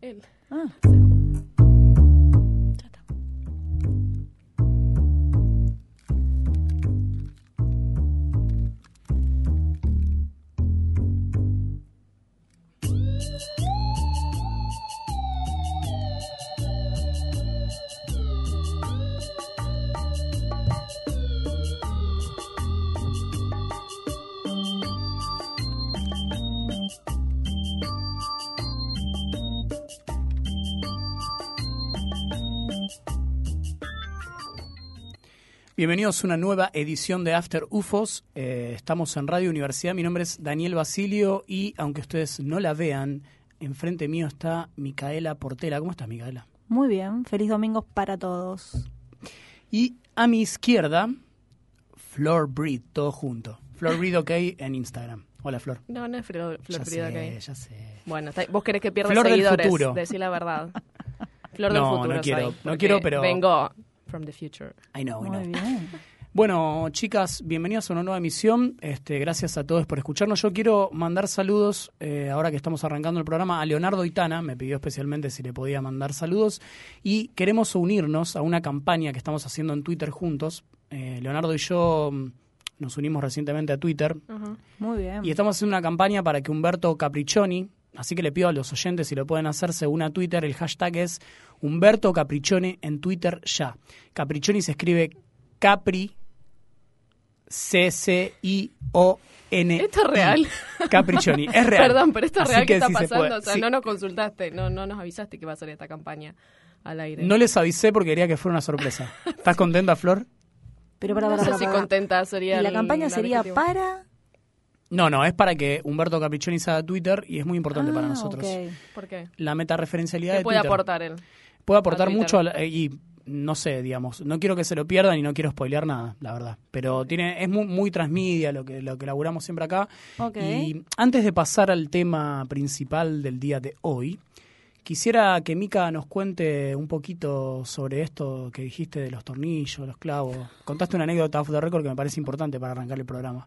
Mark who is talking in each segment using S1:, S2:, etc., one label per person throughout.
S1: Él.
S2: Ah.
S1: Ya está.
S3: Bienvenidos a una nueva edición de After UFOs. Eh, estamos en Radio Universidad. Mi nombre es Daniel Basilio y aunque ustedes no la vean, enfrente mío está Micaela Portela. ¿Cómo estás, Micaela?
S2: Muy bien, feliz domingo para todos.
S3: Y a mi izquierda, Flor Breed, todo junto. Flor Breed OK en Instagram. Hola, Flor.
S1: No, no es Flor, Flor
S3: ya
S1: Frida
S3: sé,
S1: que hay.
S3: ya sé.
S1: Bueno, está- vos querés que pierda
S3: Flor del
S1: seguidores.
S3: futuro.
S1: Decí la verdad. Flor del
S3: No, no
S1: futuro.
S3: quiero,
S1: soy,
S3: no
S1: porque
S3: quiero, pero-
S1: Vengo from the future.
S3: I know, I
S2: Muy
S3: know.
S2: bien.
S3: Bueno, chicas, bienvenidas a una nueva emisión. Este, gracias a todos por escucharnos. Yo quiero mandar saludos, eh, ahora que estamos arrancando el programa, a Leonardo Itana. Me pidió especialmente si le podía mandar saludos. Y queremos unirnos a una campaña que estamos haciendo en Twitter juntos. Eh, Leonardo y yo mm, nos unimos recientemente a Twitter.
S2: Muy bien.
S3: Y estamos haciendo una campaña para que Humberto Capriccioni, así que le pido a los oyentes si lo pueden hacer, se una a Twitter, el hashtag es Humberto Capriccioni en Twitter ya. Capriccioni se escribe Capri C C I O N.
S1: Esto es real.
S3: Capriccioni, es real.
S1: Perdón, pero esto es
S3: Así
S1: real que,
S3: que
S1: está
S3: sí se
S1: pasando.
S3: puede,
S1: O sea,
S3: sí.
S1: no nos consultaste, no, no nos avisaste que va a salir esta campaña al aire.
S3: No les avisé porque quería que fuera una sorpresa. ¿Estás contenta, Flor?
S2: Pero para,
S1: No
S2: para,
S1: sé
S2: para,
S1: si
S2: para.
S1: contenta
S2: Y
S1: sería.
S2: la
S1: el-
S2: campaña
S1: el
S2: sería
S1: objetivo.
S2: para.
S3: No, no, es para que Humberto Capriccioni se haga a Twitter y es muy importante para
S2: Ah,
S3: nosotros.
S2: ok.
S1: ¿Por qué?
S3: La metareferencialidad
S1: ¿Qué
S3: de
S1: puede
S3: Twitter.
S1: aportar él?
S3: puede aportar
S1: A Twitter.
S3: mucho a la- y no sé, digamos, no quiero que se lo pierdan y no quiero spoilear nada, la verdad. Pero tiene es muy, muy transmedia lo que lo que laburamos siempre acá.
S2: Ok.
S3: Y antes de pasar al tema principal del día de hoy, quisiera que Mika nos cuente un poquito sobre esto que dijiste de los tornillos, los clavos. Contaste una anécdota off the record que me parece importante para arrancar el programa,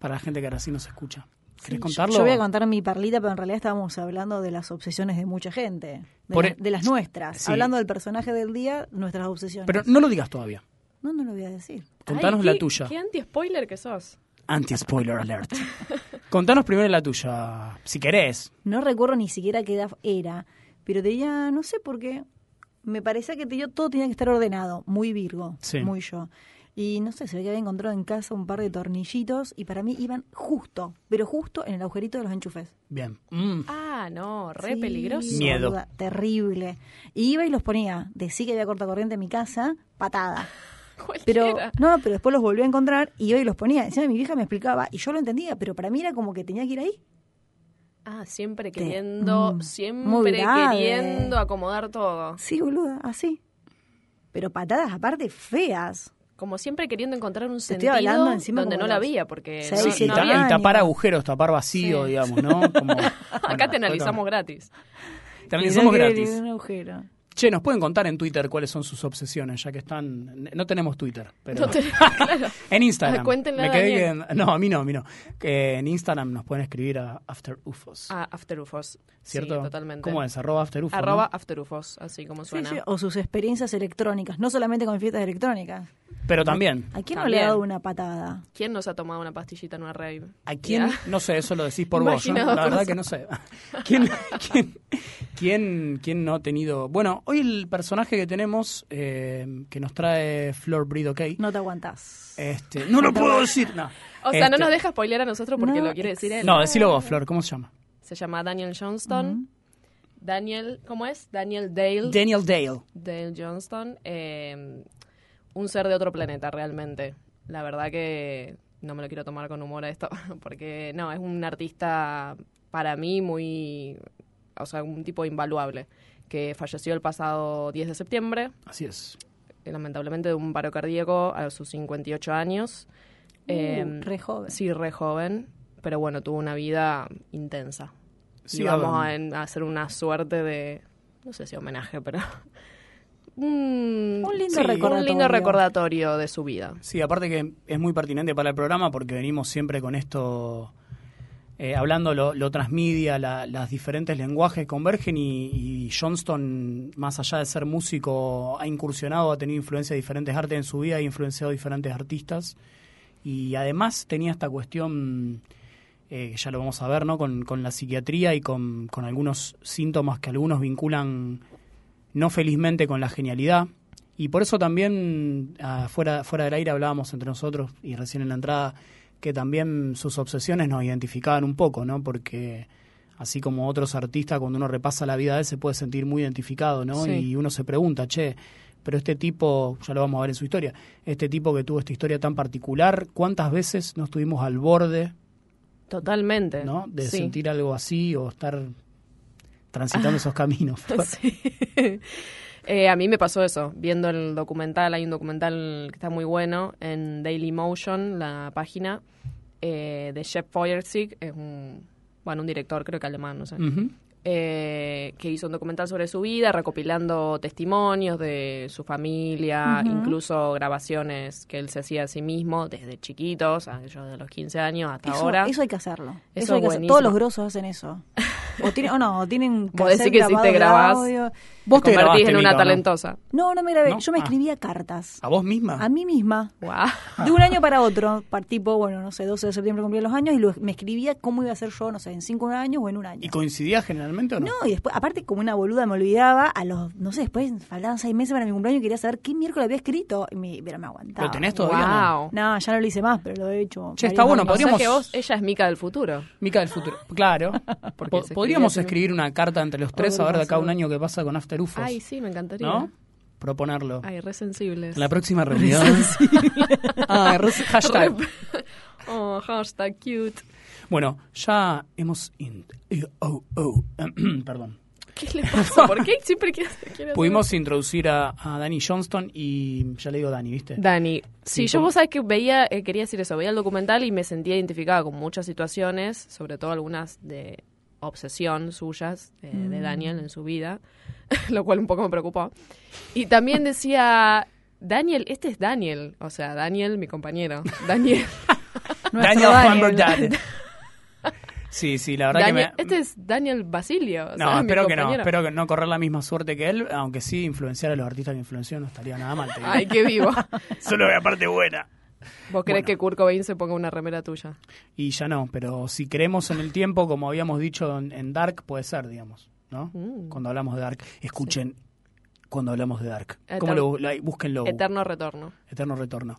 S3: para la gente que recién nos escucha. ¿Querés
S2: Sí,
S3: contarlo?
S2: Yo, yo voy a contar mi perlita, pero en realidad estábamos hablando de las obsesiones de mucha gente. De,
S3: Por
S2: la-
S3: e-
S2: de las nuestras.
S3: sí.
S2: Hablando del personaje del día, nuestras obsesiones.
S3: Pero no lo digas todavía.
S2: No, no lo voy a decir.
S3: Contanos
S1: Ay,
S3: la
S1: qué-
S3: tuya.
S1: Qué anti-spoiler que sos.
S3: Anti-spoiler alert. Contanos primero la tuya, si querés.
S2: No recuerdo ni siquiera qué edad era, pero tenía, no sé por qué, me parecía que tenía- todo tenía que estar ordenado, muy Virgo,
S3: Sí.
S2: muy yo. Y no sé, se ve que había encontrado en casa un par de tornillitos y para mí iban justo, pero justo en el agujerito de los enchufes.
S3: Bien. Mm.
S1: Ah, no, re
S2: Sí,
S1: peligroso.
S3: Miedo.
S2: boluda, Terrible. Y iba y los ponía, decía que había corriente en mi casa, patada. Pero
S1: Cualquiera.
S2: no, pero después los volví a encontrar y iba y los ponía. Encima mi vieja me explicaba y yo lo entendía, pero para mí era como que tenía que ir ahí.
S1: Ah, siempre queriendo,
S2: Mm, muy
S1: siempre
S2: grave.
S1: queriendo acomodar todo.
S2: Sí, boluda, así. Pero patadas aparte feas.
S1: Como siempre queriendo encontrar un
S2: Te estoy
S1: sentido
S2: hablando encima
S1: donde
S2: como
S1: no
S2: de
S1: la
S2: los
S1: había, porque
S2: seis,
S1: no,
S3: Sí, sí,
S1: no
S2: siete
S3: ta-
S1: había.
S3: y
S2: años.
S3: tapar agujeros, tapar vacío,
S1: Sí.
S3: digamos, ¿no? Como-
S1: Acá
S3: bueno,
S1: te analizamos gratis.
S3: Te analizamos
S2: Tenía que ir
S3: gratis.
S2: en un agujero.
S3: Che, nos pueden contar en Twitter cuáles son sus obsesiones, ya que están... No tenemos Twitter,
S1: No
S3: pero...
S1: te- claro.
S3: En Instagram.
S1: Ah, cuéntenle
S3: Me
S1: a
S3: quedé en- No, a mí no, a mí no. Que en Instagram nos pueden escribir a After UFOs,
S1: Ah, After UFOs.
S3: ¿cierto?
S1: Sí, totalmente.
S3: ¿Cómo es? Arroba After UFOs,
S1: Arroba
S3: ¿no?
S1: After UFOs, así como
S2: Sí,
S1: suena.
S2: sí, O sus experiencias electrónicas, no solamente con fiestas electrónicas.
S3: Pero también,
S2: ¿A quién no le
S1: También.
S2: ha dado una patada?
S1: ¿Quién nos ha tomado una pastillita en una rave?
S3: ¿A quién?
S1: Ya.
S3: No sé, eso lo decís por vos. Yo,
S1: Imaginaba
S3: la verdad
S1: cosas.
S3: que no sé. ¿Quién, quién, quién, quién no ha tenido.? Bueno, hoy el personaje que tenemos, eh, que nos trae Flor Breed, OK.
S2: No te aguantás.
S3: Este, no lo puedo decir. No.
S1: O sea, no
S3: Este,
S1: nos deja spoiler a nosotros porque
S2: No,
S1: lo quiere decir él.
S3: No, decilo vos, Flor, ¿cómo se llama?
S1: Se llama Daniel Johnston.
S2: Mm,
S1: Daniel, ¿cómo es? Daniel Dale.
S3: Daniel Dale.
S1: Dale Johnston, eh, un ser de otro planeta realmente. La verdad que no me lo quiero tomar con humor a esto, porque no, es un artista para mí muy, o sea, un tipo invaluable, que falleció el pasado 10 de septiembre,
S3: Así es.
S1: eh, lamentablemente de un paro cardíaco a sus 58 años. Eh,
S2: Uh, re joven.
S1: sí, re joven, pero bueno, tuvo una vida intensa.
S3: Sí,
S1: y vamos a,
S3: Adam.
S1: en- a hacer una suerte de, no sé si homenaje, pero... Un,
S2: Un lindo
S1: sí,
S2: recordatorio.
S1: un lindo recordatorio de su vida.
S3: Sí, aparte que es muy pertinente para el programa porque venimos siempre con esto eh, hablando lo, lo transmedia, la- las diferentes lenguajes convergen y, y Johnston, más allá de ser músico, ha incursionado, ha tenido influencia de diferentes artes en su vida, ha influenciado diferentes artistas y además tenía esta cuestión, eh, ya lo vamos a ver, ¿no? Con, con la psiquiatría y con, con algunos síntomas que algunos vinculan no felizmente con la genialidad. Y por eso también, ah, fuera, fuera del aire hablábamos entre nosotros y recién en la entrada, que también sus obsesiones nos identificaban un poco, ¿no? Porque así como otros artistas, cuando uno repasa la vida de él, se puede sentir muy identificado, ¿no?
S1: Sí.
S3: Y uno se pregunta, che, pero este tipo, ya lo vamos a ver en su historia, este tipo que tuvo esta historia tan particular, ¿cuántas veces no estuvimos al borde,
S1: Totalmente.
S3: ¿no? De
S1: Sí. Ah,
S3: sentir algo así o estar transitando esos caminos.
S1: Sí. Eh, a mí me pasó eso, viendo el documental, hay un documental que está muy bueno en Daily Motion, la página eh, de Jeff Feuerzig, es un, bueno, un director creo que alemán, no sé,
S3: Ujú.
S1: eh, que hizo un documental sobre su vida, recopilando testimonios de su familia,
S2: Ujú.
S1: incluso grabaciones que él se hacía a sí mismo desde chiquitos, a- yo de los 15 años hasta
S2: Eso,
S1: ahora.
S2: eso hay que hacerlo. Eso,
S1: Eso
S2: hay que
S1: es
S2: hacer.
S1: buenísimo.
S2: Todos los grosos hacen eso. O, tienen, o no, o tienen
S1: Vos decís
S2: hacer
S1: que si
S2: grabado
S1: te
S2: de
S1: grabás-
S2: audio.
S3: Vos te
S1: Te convertís
S3: grabaste,
S1: en una
S3: Mica, ¿o no?
S1: talentosa.
S2: No, no me grabé.
S3: No,
S2: Yo me
S3: ah.
S2: escribía cartas.
S3: ¿A vos misma?
S2: A mí misma.
S1: Guau.
S3: Ah,
S2: De un año para otro, par- tipo, bueno, no sé, 12 de septiembre cumplía los años y lo- me escribía cómo iba a ser yo, no sé, en 5 años o en un año.
S3: ¿Y coincidía generalmente o no?
S2: No, y después, aparte, como una boluda me olvidaba, a los, no sé, después faltaban seis meses para mi cumpleaños y quería saber qué miércoles había escrito, y me, pero me aguantaba.
S3: ¿Lo tenés todavía? No?
S1: Guau.
S2: No, ya no lo hice más, pero lo he hecho.
S3: Che,
S2: varias
S3: está bueno,
S2: veces.
S1: O sea
S3: Podríamos-
S1: que vos, ella es Mica del futuro.
S3: Mica del futuro. Claro.
S1: Porque
S3: Po-
S1: se
S3: podríamos
S1: escribía
S3: escribir una carta entre los tres a ver de acá a un
S1: Podríamos.
S3: año qué pasa con After UFOs.
S1: Ay, sí, me encantaría.
S3: ¿No? Proponerlo.
S1: Ay, re sensibles.
S3: En la próxima reunión. Ah, res- hashtag.
S1: Oh, hashtag cute.
S3: Bueno, ya hemos. in- oh, oh, perdón.
S1: ¿Qué le pasa? ¿Por qué siempre quiere, quiere hacer-
S3: Pudimos introducir a, a Danny Johnston y ya le digo Danny, ¿viste?
S1: Dani,
S3: Sí,
S1: sí, yo
S3: como-
S1: vos sabés que veía, eh, quería decir eso, veía el documental y me sentía identificada con muchas situaciones, sobre todo algunas de obsesión suyas eh,
S3: Mm.
S1: de Daniel en su vida, lo cual un poco me preocupó. Y también decía, Daniel, este es Daniel, o sea, Daniel, mi compañero, Daniel,
S2: Nuestro
S3: Daniel
S2: Daniel.
S3: Humberdahl. Sí, sí, la verdad
S1: Daniel-
S3: que me.
S1: este es Daniel Basilio. o sea,
S3: No,
S1: mi
S3: espero que no,
S1: compañero.
S3: espero que no correr la misma suerte que él, aunque sí influenciar a los artistas que influenció no estaría nada mal. te digo.
S1: Ay, qué vivo.
S3: Solo la parte buena.
S1: ¿Vos querés
S3: Bueno.
S1: que Kurt Cobain se ponga una remera tuya?
S3: Y ya no, pero si queremos en el tiempo, como habíamos dicho en, en Dark, puede ser, digamos, ¿no?
S1: Mm.
S3: Cuando hablamos de Dark. Escuchen cuando hablamos de Dark.
S1: Eterno-
S3: ¿Cómo lo, lo- búsquenlo?
S1: Eterno retorno.
S3: Eterno Retorno.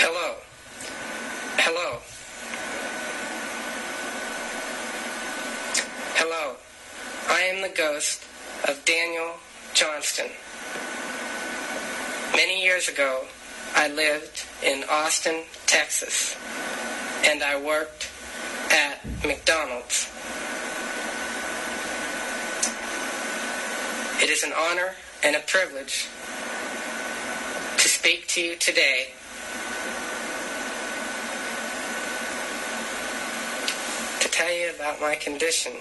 S4: Hello. Hello. Hello. I am the ghost of Daniel Johnston. Many years ago, I lived in Austin, Texas, and I worked at McDonald's. It is an honor and a privilege to speak to you today to tell you about my condition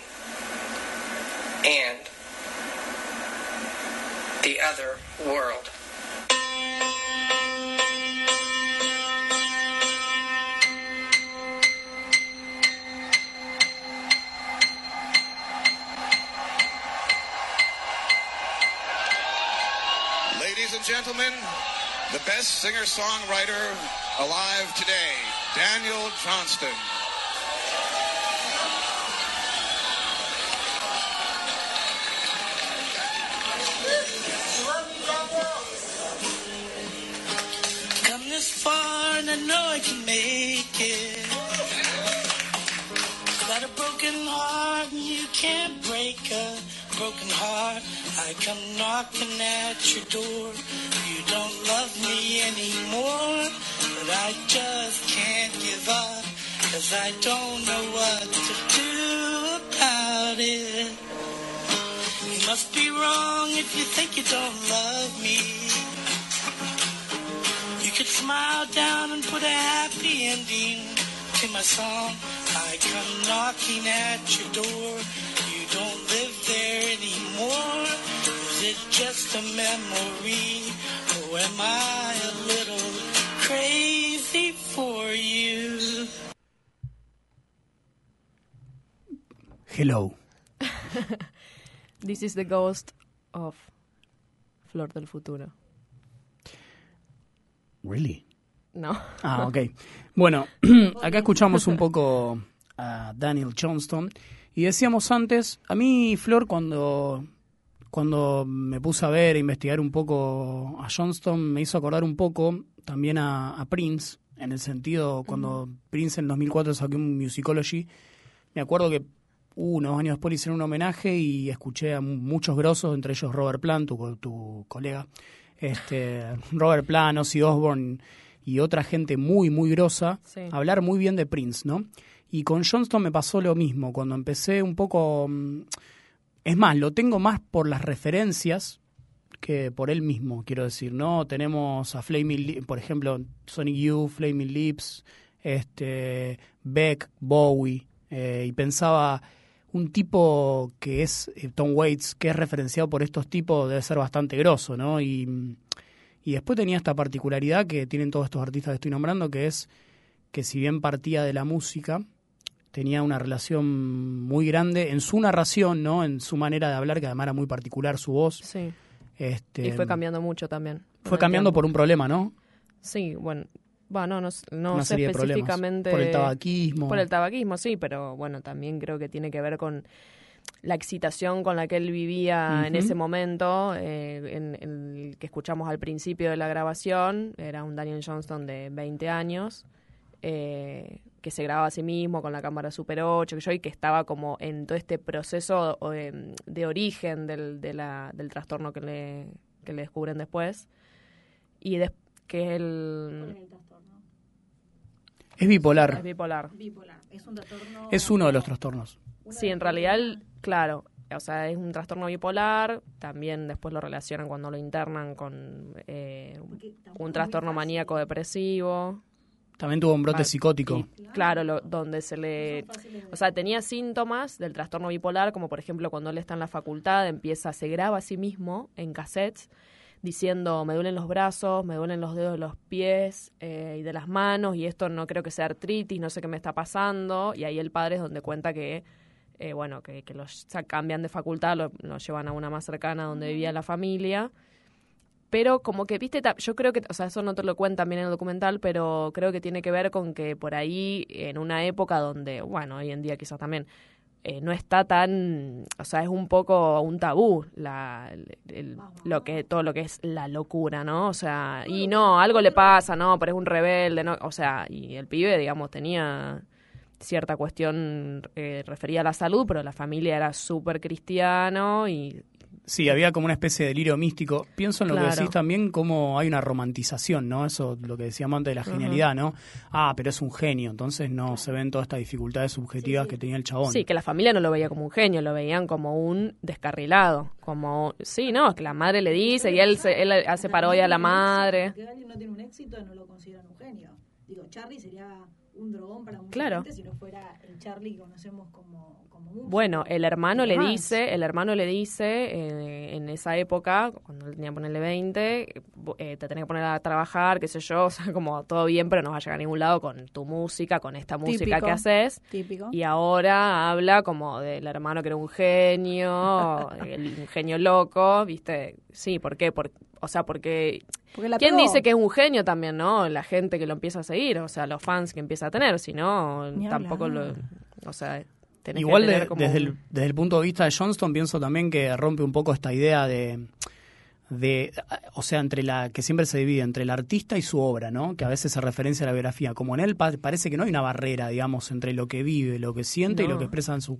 S4: and the other world.
S5: Ladies and gentlemen, the best singer songwriter alive today, Daniel Johnston.
S6: Come this far and I know I can make it. Got a broken heart and you can't break a broken heart. I come knocking at your door. You don't love me anymore, but I just can't give up. Cause I don't know what to do about it. You must be wrong if you think you don't love me. You could smile down and put a happy ending to my song. I come knocking at your door. You don't live there anymore. Is it just a Oh, memory? Or am I a little crazy for you?
S3: Hello.
S1: This is the ghost of Flor del Futuro.
S3: Really?
S1: No.
S3: Ah, ok. Bueno, acá escuchamos un poco a Daniel Johnston y decíamos antes, a mí Flor cuando, cuando me puse a ver, a investigar un poco a Johnston, me hizo acordar un poco también a, a Prince, en el sentido, cuando Prince en 2004 sacó un Musicology, me acuerdo que unos años después le hicieron un homenaje y escuché a mu- muchos grosos, entre ellos Robert Plant, tu, co- tu colega, este, Robert Plant, Ozzy Osbourne y otra gente muy, muy grosa,
S1: Sí.
S3: hablar muy bien de Prince, ¿no? Y con Johnston me pasó lo mismo, cuando empecé un poco... mm, Es más, lo tengo más por las referencias que por él mismo, quiero decir, ¿no? Tenemos a Flaming Li- por ejemplo, Sonic Youth, Flaming Lips, este, Beck, Bowie, eh, y pensaba un tipo que es eh, Tom Waits, que es referenciado por estos tipos, debe ser bastante grosso, ¿no? Y, y después tenía esta particularidad que tienen todos estos artistas que estoy nombrando, que es que si bien partía de la música, tenía una relación muy grande en su narración, ¿no? En su manera de hablar, que además era muy particular su voz.
S1: Sí.
S3: Este,
S1: Y fue cambiando mucho también. con
S3: Fue
S1: el
S3: cambiando
S1: tiempo.
S3: por un problema, ¿no?
S1: Sí, bueno. Va, no, no, s- no
S3: Una
S1: sé
S3: serie de problemas.
S1: específicamente.
S3: Por el tabaquismo.
S1: Por el tabaquismo, sí, pero bueno, también creo que tiene que ver con la excitación con la que él vivía en
S3: Ujú.
S1: ese momento, eh, en, en el que escuchamos al principio de la grabación, era un Daniel Johnston de 20 años, eh, que se grababa a sí mismo con la cámara Super 8, que yo, y que estaba como en todo este proceso o, em, de origen del, de la- del trastorno que le, que le descubren después, y des- que es el...
S3: es bipolar.
S1: es bipolar.
S2: Bipolar. Es un trastorno.
S3: Es uno de los trastornos.
S1: Sí, en realidad, el- claro. O sea, es un trastorno bipolar. También después lo relacionan cuando lo internan con eh, un trastorno maníaco depresivo.
S3: También tuvo un brote
S1: Ah,
S3: psicótico.
S1: y, claro, lo- donde se le... O sea, tenía síntomas del trastorno bipolar, como por ejemplo cuando él está en la facultad, empieza, se graba a sí mismo en cassettes diciendo me duelen los brazos, me duelen los dedos de los pies eh, y de las manos y esto no creo que sea artritis, no sé qué me está pasando. Y ahí el padre es donde cuenta que, eh, bueno, que, que los sa- cambian de facultad, lo, lo llevan a una más cercana donde vivía la familia. Pero como que, viste, ta- yo creo que, o sea, eso no te lo cuentan bien en el documental, pero creo que tiene que ver con que por ahí, en una época donde, bueno, hoy en día quizás también, eh, no está tan, o sea, es un poco un tabú la, el- el- lo que, todo lo que es la locura, ¿no? O sea, y no, algo le pasa, no, pero es un rebelde, ¿no? O sea, y el pibe, digamos, tenía cierta cuestión eh, referida a la salud, pero la familia era súper cristiano y
S3: Sí, había como una especie de delirio místico. Pienso en lo que
S1: Claro.
S3: decís también, como hay una romantización, ¿no? Eso, lo que decíamos antes de la genialidad, ¿no? Ah, pero es un genio, entonces no se ven todas estas dificultades subjetivas que tenía el chabón.
S1: Sí, que la familia no lo veía como un genio, lo veían como un descarrilado, como sí, no, es que la madre le dice y él se- él hace parodia a la madre.
S2: Que alguien no tiene un éxito no lo consideran un genio. Digo, Charlie sería un drogón para mucha
S1: Claro.
S2: gente si no fuera el Charlie que conocemos como, como músico.
S1: Bueno, el hermano le
S2: Además.
S1: dice, el hermano le dice eh, en esa época, cuando él tenía que ponerle 20, eh, eh, te tenés que poner a trabajar, qué sé yo, o sea, como todo bien, pero no vas a llegar a ningún lado con tu música, con esta música que
S2: Típico.
S1: haces.
S2: Típico.
S1: Y ahora habla como del hermano que era un genio, el, un genio loco, ¿viste? Sí, ¿por qué? Por- o sea, porque
S2: Porque la
S1: ¿Quién
S2: pegó.
S1: dice que es un genio también, no? La gente que lo empieza a seguir, o sea, los fans que empieza a tener, si no,
S2: Ni
S1: tampoco
S2: hablar.
S1: lo... O sea, tenés
S3: Igual
S1: que
S3: de-
S1: tener como
S3: desde,
S1: un-
S3: el, desde el punto de vista de Johnston pienso también que rompe un poco esta idea de de o sea entre la que siempre se divide entre el artista y su obra no que a veces se referencia a la biografía como en él pa- parece que no hay una barrera digamos entre lo que vive lo que siente y
S1: No.
S3: lo que expresa en su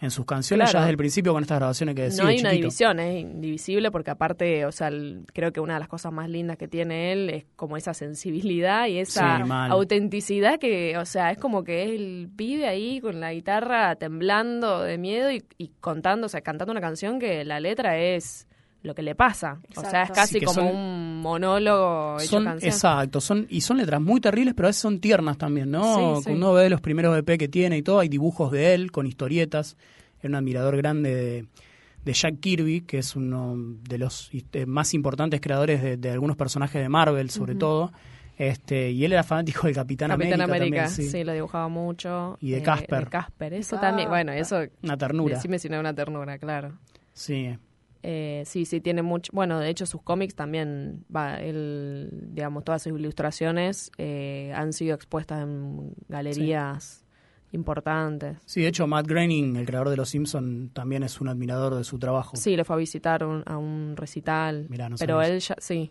S3: en sus canciones ya
S1: Claro.
S3: desde el principio con estas grabaciones que decía
S1: no hay
S3: chiquito.
S1: una división, es indivisible porque aparte, o sea, el- creo que una de las cosas más lindas que tiene él es como esa sensibilidad y esa
S3: Sí, mal.
S1: autenticidad que, o sea, es como que él vive ahí con la guitarra temblando de miedo y, y contando, o sea, cantando una canción que la letra es lo que le pasa. O sea, es
S2: Exacto.
S1: casi
S3: Sí, que
S1: como
S3: son-
S1: un monólogo hecho
S3: son
S1: canción.
S3: exacto son y son letras muy terribles pero a veces son tiernas también no
S1: Sí, sí.
S3: uno ve los primeros EP que tiene y todo hay dibujos de él con historietas era un admirador grande de, de Jack Kirby que es eh, uno de los este, más importantes creadores de, de algunos personajes de Marvel sobre todo Este, y él era fanático de Capitán,
S1: Capitán América,
S3: también,
S1: sí.
S3: sí.
S1: lo dibujaba mucho.
S3: Y de Casper.
S1: de Casper, eso
S2: Casper.
S1: también. Bueno, eso.
S3: Una ternura.
S1: Decime si no es una ternura, claro.
S3: Sí.
S1: Eh, sí, sí, tiene mucho. Bueno, de hecho, sus cómics también, va, él, digamos, todas sus ilustraciones eh, han sido expuestas en galerías importantes.
S3: Sí, de hecho, Matt Groening, el creador de Los Simpson, también es un admirador de su trabajo.
S1: Sí, lo fue a visitar un- a un recital.
S3: Mirá, no
S1: pero
S3: sabía
S1: él ya, sí.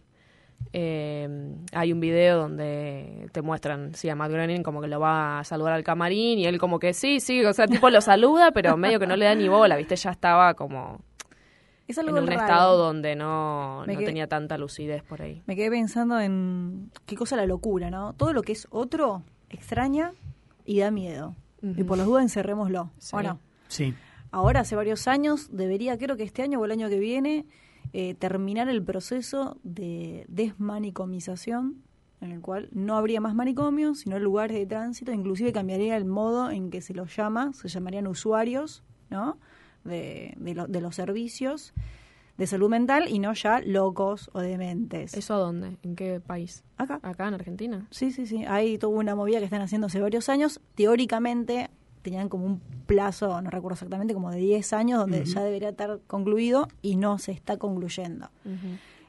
S1: Eh, hay un video donde te muestran, sí, a Matt Groening como que lo va a saludar al camarín y él como que sí, sí, o sea, tipo lo saluda, pero medio que no le da ni bola, ¿viste? Ya estaba como
S2: Es
S1: en
S2: algo
S1: un
S2: raro.
S1: estado donde no,
S2: Me
S1: no
S2: quedé-
S1: tenía tanta lucidez por ahí.
S2: Me quedé pensando en qué cosa la locura, ¿no? Todo lo que es otro extraña y da miedo. Y por las dudas encerrémoslo.
S1: Sí.
S2: ¿o no?
S3: Sí.
S2: Ahora, hace varios años, debería, creo que este año o el año que viene, eh, terminar el proceso de desmanicomización, en el cual no habría más manicomios, sino lugares de tránsito, inclusive cambiaría el modo en que se los llama, se llamarían usuarios, ¿no? De, de lo- de los servicios de salud mental y no ya locos o dementes.
S1: ¿Eso a dónde? ¿En qué país?
S2: Acá.
S1: ¿Acá en Argentina?
S2: Sí, sí, sí. Ahí tuvo una movida que están haciendo hace varios años. Teóricamente tenían como un plazo, no recuerdo exactamente, como de 10 años donde ya debería estar concluido y no se está concluyendo.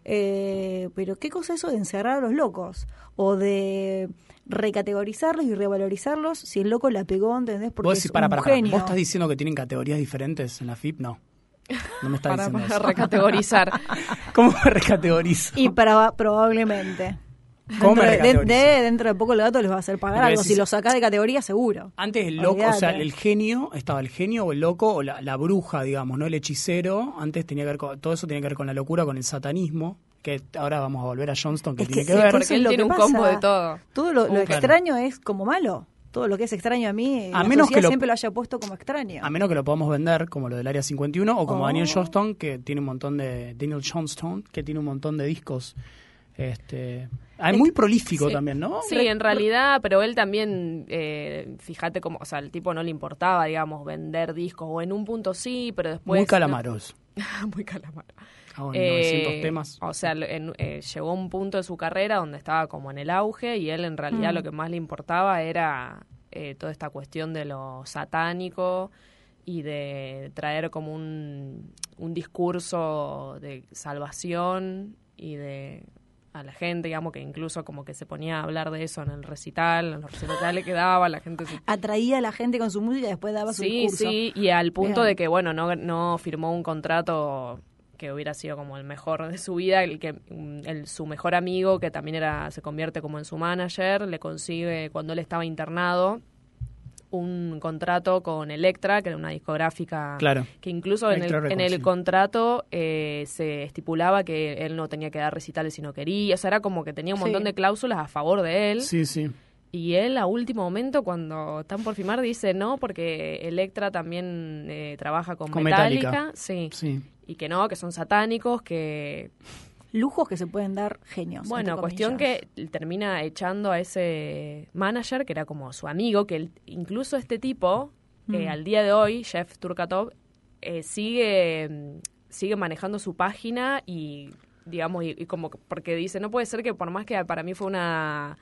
S2: Eh, pero qué cosa eso de encerrar a los locos o de recategorizarlos y revalorizarlos si el loco la pegó, ¿entendés? Porque
S3: vos
S2: es
S3: decís, para,
S2: un
S3: para, para.
S2: genio.
S3: ¿Vos estás diciendo que tienen categorías diferentes en la FIP? No. No me estás
S1: Para,
S3: diciendo
S1: para
S3: eso.
S1: recategorizar.
S3: ¿Cómo me recategorizo?
S2: y para, probablemente.
S3: ¿Cómo
S2: dentro,
S3: me
S2: de,
S3: recategorizo?
S2: de- dentro de poco el gato les va a hacer pagar
S3: Pero
S2: algo.
S3: decís-
S2: Si lo sacás de categoría, seguro.
S3: Antes el loco, o sea,
S2: Olvídate.
S3: el genio, estaba el genio o el loco o la, la bruja, digamos, ¿no? El hechicero, antes tenía que ver con, todo eso tenía que ver con la locura, con el satanismo, que ahora vamos a volver a Johnston, que
S2: Es
S3: tiene
S2: que
S3: que,
S2: sí,
S3: ver.
S2: por-
S1: Porque
S2: Eso es
S1: él
S2: lo
S1: tiene
S2: que
S1: un combo
S2: pasa.
S1: de todo.
S2: Todo lo, lo
S3: Uh, claro.
S2: extraño es como malo. Todo lo que es extraño a mí,
S3: A
S2: la
S3: menos
S2: sociedad
S3: que lo-
S2: siempre lo haya puesto como extraño.
S3: A menos que lo podamos vender, como lo del Área 51, o como
S2: Oh.
S3: Daniel Johnston, que tiene un montón de... Daniel Johnston, que tiene un montón de discos. Este... ah, muy prolífico
S1: Sí.
S3: también, ¿no?
S1: Sí, en realidad, pero él también, eh, fíjate como, o sea, el tipo no le importaba, digamos, vender discos, o en un punto sí, pero después...
S3: muy calamaros.
S1: muy calamaro.
S3: Hago
S1: Eh,
S3: 900 temas.
S1: O sea, lo- en- eh, llegó un punto de su carrera donde estaba como en el auge y él en realidad lo que más le importaba era eh, toda esta cuestión de lo satánico y de traer como un, un discurso de salvación y de a la gente, digamos que incluso como que se ponía a hablar de eso en el recital, en los recitales que daba, la gente se
S2: Atraía a la gente con su música y después daba su
S1: Sí,
S2: discurso.
S1: sí, y al punto
S2: Bien.
S1: de que, bueno, no, no firmó un contrato que hubiera sido como el mejor de su vida, el que mm, el- su mejor amigo, que también era se convierte como en su manager, le consigue cuando él estaba internado un contrato con Electra, que era una discográfica
S3: Claro.
S1: que incluso en el,
S3: Electra Records,
S1: en el
S3: sí.
S1: contrato eh, se estipulaba que él no tenía que dar recitales si no quería, o sea, era como que tenía un
S2: Sí.
S1: montón de cláusulas a favor de él.
S3: Sí, sí.
S1: Y él a último momento, cuando están por firmar, dice no, porque Electra también eh, trabaja con,
S3: Con
S1: Metallica.
S3: Metallica.
S1: Sí.
S3: Sí.
S1: Y que no, que son satánicos, que...
S2: Lujos que se pueden dar genios.
S1: bueno,
S2: entre
S1: cuestión
S2: comillas.
S1: que termina echando a ese manager, que era como su amigo, que él- incluso este tipo, eh,
S2: Mm.
S1: al día de hoy, Jeff Turkatov, eh, sigue, mm, sigue manejando su página y, digamos, y, y como que- porque dice, no puede ser que por más que para mí fue una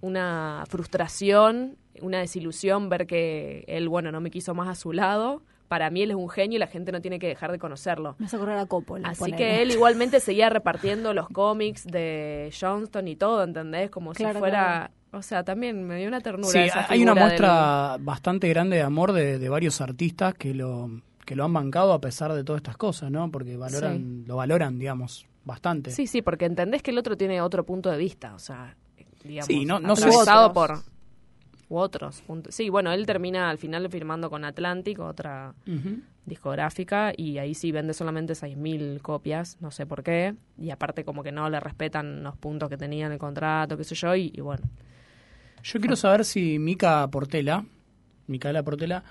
S1: una frustración, una desilusión ver que él, bueno, no me quiso más a su lado. Para mí él es un genio y la gente no tiene que dejar de conocerlo.
S2: Me hace correr a Coppola.
S1: Así
S2: ponele.
S1: que él igualmente seguía repartiendo los cómics de Johnston y todo, ¿entendés? Como
S2: Claro,
S1: si fuera... O sea, también me dio una ternura.
S3: Sí,
S1: esa
S3: hay una
S1: figura
S3: muestra bastante grande de amor de, de varios artistas que lo, que lo han bancado a pesar de todas estas cosas, ¿no? Porque valoran, lo valoran, digamos, bastante.
S1: del- Sí, sí, porque entendés que el otro tiene otro punto de vista, o sea, digamos,
S3: Sí, no- no
S2: sé-
S1: atravesado
S2: Otros.
S1: por... u otros. puntos. Sí, bueno, él termina al final firmando con Atlantic, otra...
S3: Ujú.
S1: discográfica y ahí sí vende solamente 6.000 copias, no sé por qué, y aparte como que no le respetan los puntos que tenía en el contrato, qué sé yo, y, y bueno.
S3: Yo quiero saber si Mica Portela, Micaela Portela,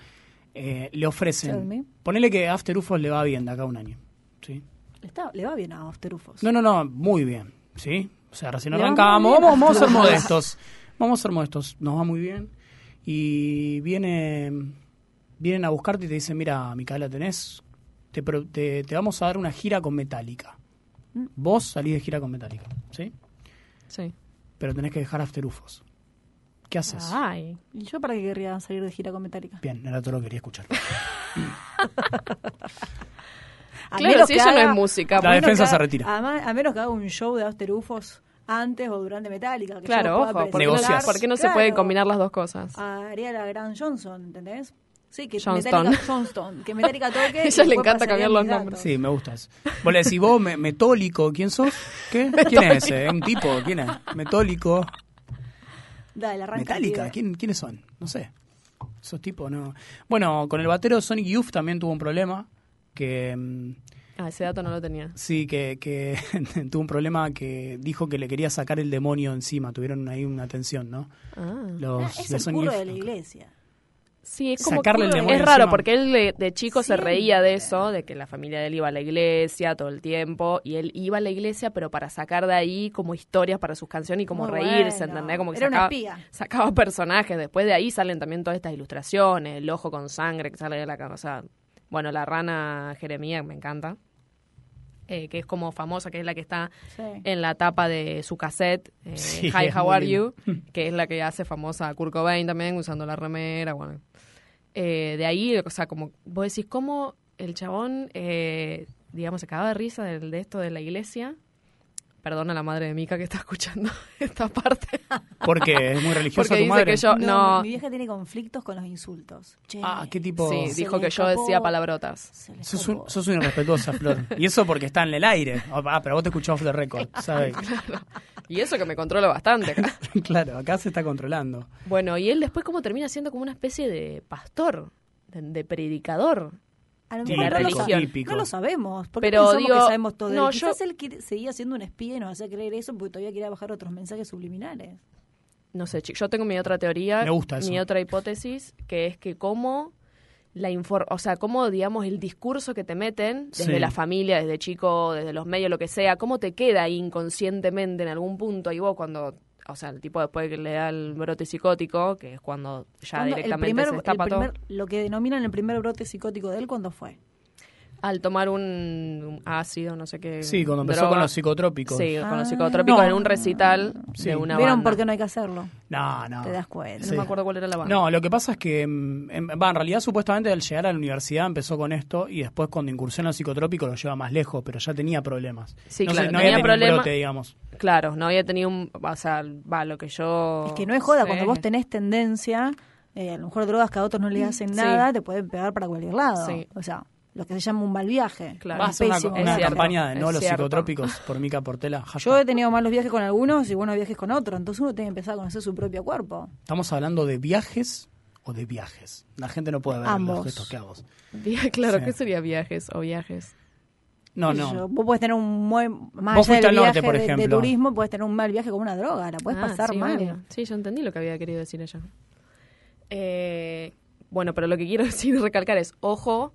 S3: eh, le
S2: Tell me.
S3: ofrecen. Ponele que After Ufos le va bien de acá a un año. ¿sí?
S2: Le está- le va bien a After Ufos.
S3: No, no, no, muy bien. ¿sí? O sea, recién
S2: Le va muy
S3: arrancamos.
S2: bien a
S3: Vamos, vamos a ser
S2: After Ufos.
S3: modestos. Vamos a ser modestos. Nos va muy bien. Y viene, vienen a buscarte y te dicen: Mira, Micaela, tenés. Te, pro- te, te vamos a dar
S2: Mm.
S3: una gira con Metallica. Vos salís de gira con Metallica. ¿sí?
S1: Sí.
S3: pero tenés que dejar afterufos. ¿Qué haces?
S2: Ah.
S1: Ay.
S2: ¿Y yo para qué querría salir de gira con Metallica?
S3: Bien, era todo lo que quería escuchar.
S2: A
S1: Claro,
S2: menos
S1: si
S2: que
S1: eso no
S2: haga-
S1: es música. pues.
S3: La
S2: a menos
S3: defensa
S2: que
S3: se
S2: haga-
S3: retira.
S2: además- A, menos que haga un show de After Ufos antes o durante Metallica. que yo
S1: Claro,
S2: pueda
S1: ojo, ¿por qué, no,
S3: Negociar.
S2: presentar.
S1: por qué no se
S2: Claro. Ah.
S1: pueden combinar las dos cosas?
S2: Haría la gran Johnson, ¿entendés? Sí, que
S1: Johnston.
S2: Metallica Johnston, que Metallica toque.
S1: Ella le
S2: y después
S1: encanta
S2: pasaría
S1: cambiar los
S2: mis
S1: nombres.
S2: datos.
S3: Sí, me gustas. Vos le decís, vos, me- metólico, ¿quién sos? ¿Qué? ¿Quién es ese? ¿Un tipo? ¿Quién es? Metólico.
S2: Dale, arranca.
S3: Metallica,
S2: pibe.
S3: ¿Quién, ¿quiénes son? No sé. Esos tipos, no. Bueno, con el batero Sonic Youth también tuvo un problema. Que mm,
S1: Ah, ese dato no lo tenía.
S3: sí, que, que tuvo un problema que dijo que le quería sacar el demonio encima. Tuvieron ahí una tensión, ¿no?
S1: Ah.
S3: Los,
S2: Ah, es
S3: los
S2: el
S3: Sonic
S2: curro
S3: Youth.
S2: de la iglesia.
S1: Sí, es como
S3: Sacarle el
S1: que-
S3: demonio
S1: es raro
S3: encima.
S1: porque él de, de chico se
S2: Siempre.
S1: reía de eso, de que la familia de él iba a la iglesia todo el tiempo y él iba a la iglesia pero para sacar de ahí como historias para sus canciones y como
S2: Muy
S1: reírse,
S2: bueno.
S1: ¿entendés? Como que
S2: Era una
S1: sacaba,
S2: espía.
S1: sacaba personajes, después de ahí salen también todas estas ilustraciones, el ojo con sangre que sale de la cara, o sea, bueno, la rana Jeremía me encanta. eh, que es como famosa, que es la que está
S2: Sí.
S1: en la tapa de su cassette, eh,
S3: Sí,
S1: Hi,
S3: es
S1: How
S3: muy
S1: Are
S3: lindo.
S1: You, que es la que hace famosa a Kurt Cobain también, usando la remera, bueno. Eh, de ahí, o sea, como vos decís, cómo el chabón, eh, digamos, se cagaba de risa del- de esto de la iglesia. Perdona a la madre de Mica que está escuchando esta parte.
S3: Porque es muy religiosa
S1: Porque
S3: tu
S1: dice
S3: madre.
S1: que yo,
S2: No,
S1: no,
S2: Mi vieja tiene conflictos con los insultos. Che,
S3: Ah, qué tipo.
S1: sí,
S2: Se
S1: dijo
S2: le
S1: que yo
S2: escapó.
S1: decía palabrotas.
S2: se le
S3: Sos, un,
S2: escapó.
S3: sos una irrespetuosa, Flor. Y eso porque está en el aire. Ah, pero vos te escuchás off the record, ¿sabes?
S1: Y eso que me controla bastante acá.
S3: claro, acá se está controlando.
S1: Bueno, y él después como termina siendo como una especie de pastor, de- de predicador.
S2: A lo
S3: Sí,
S2: mejor no lo,
S1: típico,
S2: sa-
S3: típico.
S2: no lo sabemos, porque
S1: Pero
S2: pensamos
S1: digo,
S2: que sabemos todo. de él.
S1: no,
S2: Quizás
S1: yo-
S2: él qui- seguía siendo un espía y nos hacía creer eso porque todavía quería bajar otros mensajes subliminales.
S1: no sé, chi- yo tengo mi otra teoría,
S3: Me gusta eso.
S1: mi otra hipótesis, que es que cómo la infor o sea, cómo digamos el discurso que te meten desde
S3: Sí.
S1: la familia, desde chico, desde los medios, lo que sea, cómo te queda ahí inconscientemente en algún punto y vos cuando o sea, el tipo después que le da el brote psicótico, que es cuando ya
S2: Cuando
S1: directamente
S2: el primer,
S1: se
S2: el
S1: destapa todo,
S2: primer- Lo que denominan el primer brote psicótico de él, ¿cuándo fue?
S1: al tomar un, un ácido, no sé qué.
S3: Sí, cuando empezó
S1: droga.
S3: con los psicotrópicos.
S1: Sí, con los
S2: Ah.
S1: psicotrópicos
S3: No.
S1: en un recital
S3: Sí.
S1: de una
S2: ¿Vieron
S1: banda.
S2: por qué no hay que hacerlo?
S3: No, no.
S2: Te das cuenta.
S1: No me acuerdo cuál era la banda.
S3: No, lo que pasa es que, mm, en, va, en realidad supuestamente al llegar a la universidad empezó con esto y después cuando incursiona al psicotrópico lo lleva más lejos, pero ya tenía problemas.
S1: Sí,
S3: no
S1: claro,
S3: no
S1: tenía
S3: había tenido un
S1: problema-
S3: brote, digamos.
S1: Claro, no había tenido un. O sea, va, lo que yo.
S2: Es que no es joda,
S1: sé.
S2: cuando vos tenés tendencia, eh, a lo mejor drogas que a otros no
S3: Mm,
S2: le hacen
S1: Sí.
S2: nada, te pueden pegar para cualquier lado.
S1: Sí.
S2: O sea, lo que se llama un mal viaje.
S1: Claro.
S2: Un
S3: Va a hacer una,
S2: pésimo
S3: una
S1: es
S2: viaje.
S1: cierto,
S3: campaña de no
S1: es
S3: los
S1: cierto.
S3: psicotrópicos por Mica Portela.
S2: Yo
S3: Hashtag.
S2: he tenido malos viajes con algunos y buenos viajes con otros, entonces uno tiene que empezar a conocer su propio cuerpo.
S3: ¿Estamos hablando de viajes o de viajes? La gente no puede ver
S2: Ambos.
S3: los gestos que hago.
S1: Vi- Claro,
S3: Sí.
S1: ¿qué sería viajes o viajes?
S3: No,
S2: Qué sé yo,
S3: no.
S2: Vos podés tener un buen más allá
S3: Vos fuiste
S2: del
S3: al norte,
S2: viaje
S3: por
S2: de- de,
S3: ejemplo.
S2: turismo, puedes tener un mal viaje con una droga, la puedes
S1: Ah,
S2: pasar
S1: sí,
S2: mal.
S1: obvio. Sí, yo entendí lo que había querido decir ella. Eh, bueno, pero lo que quiero decir y recalcar es: ojo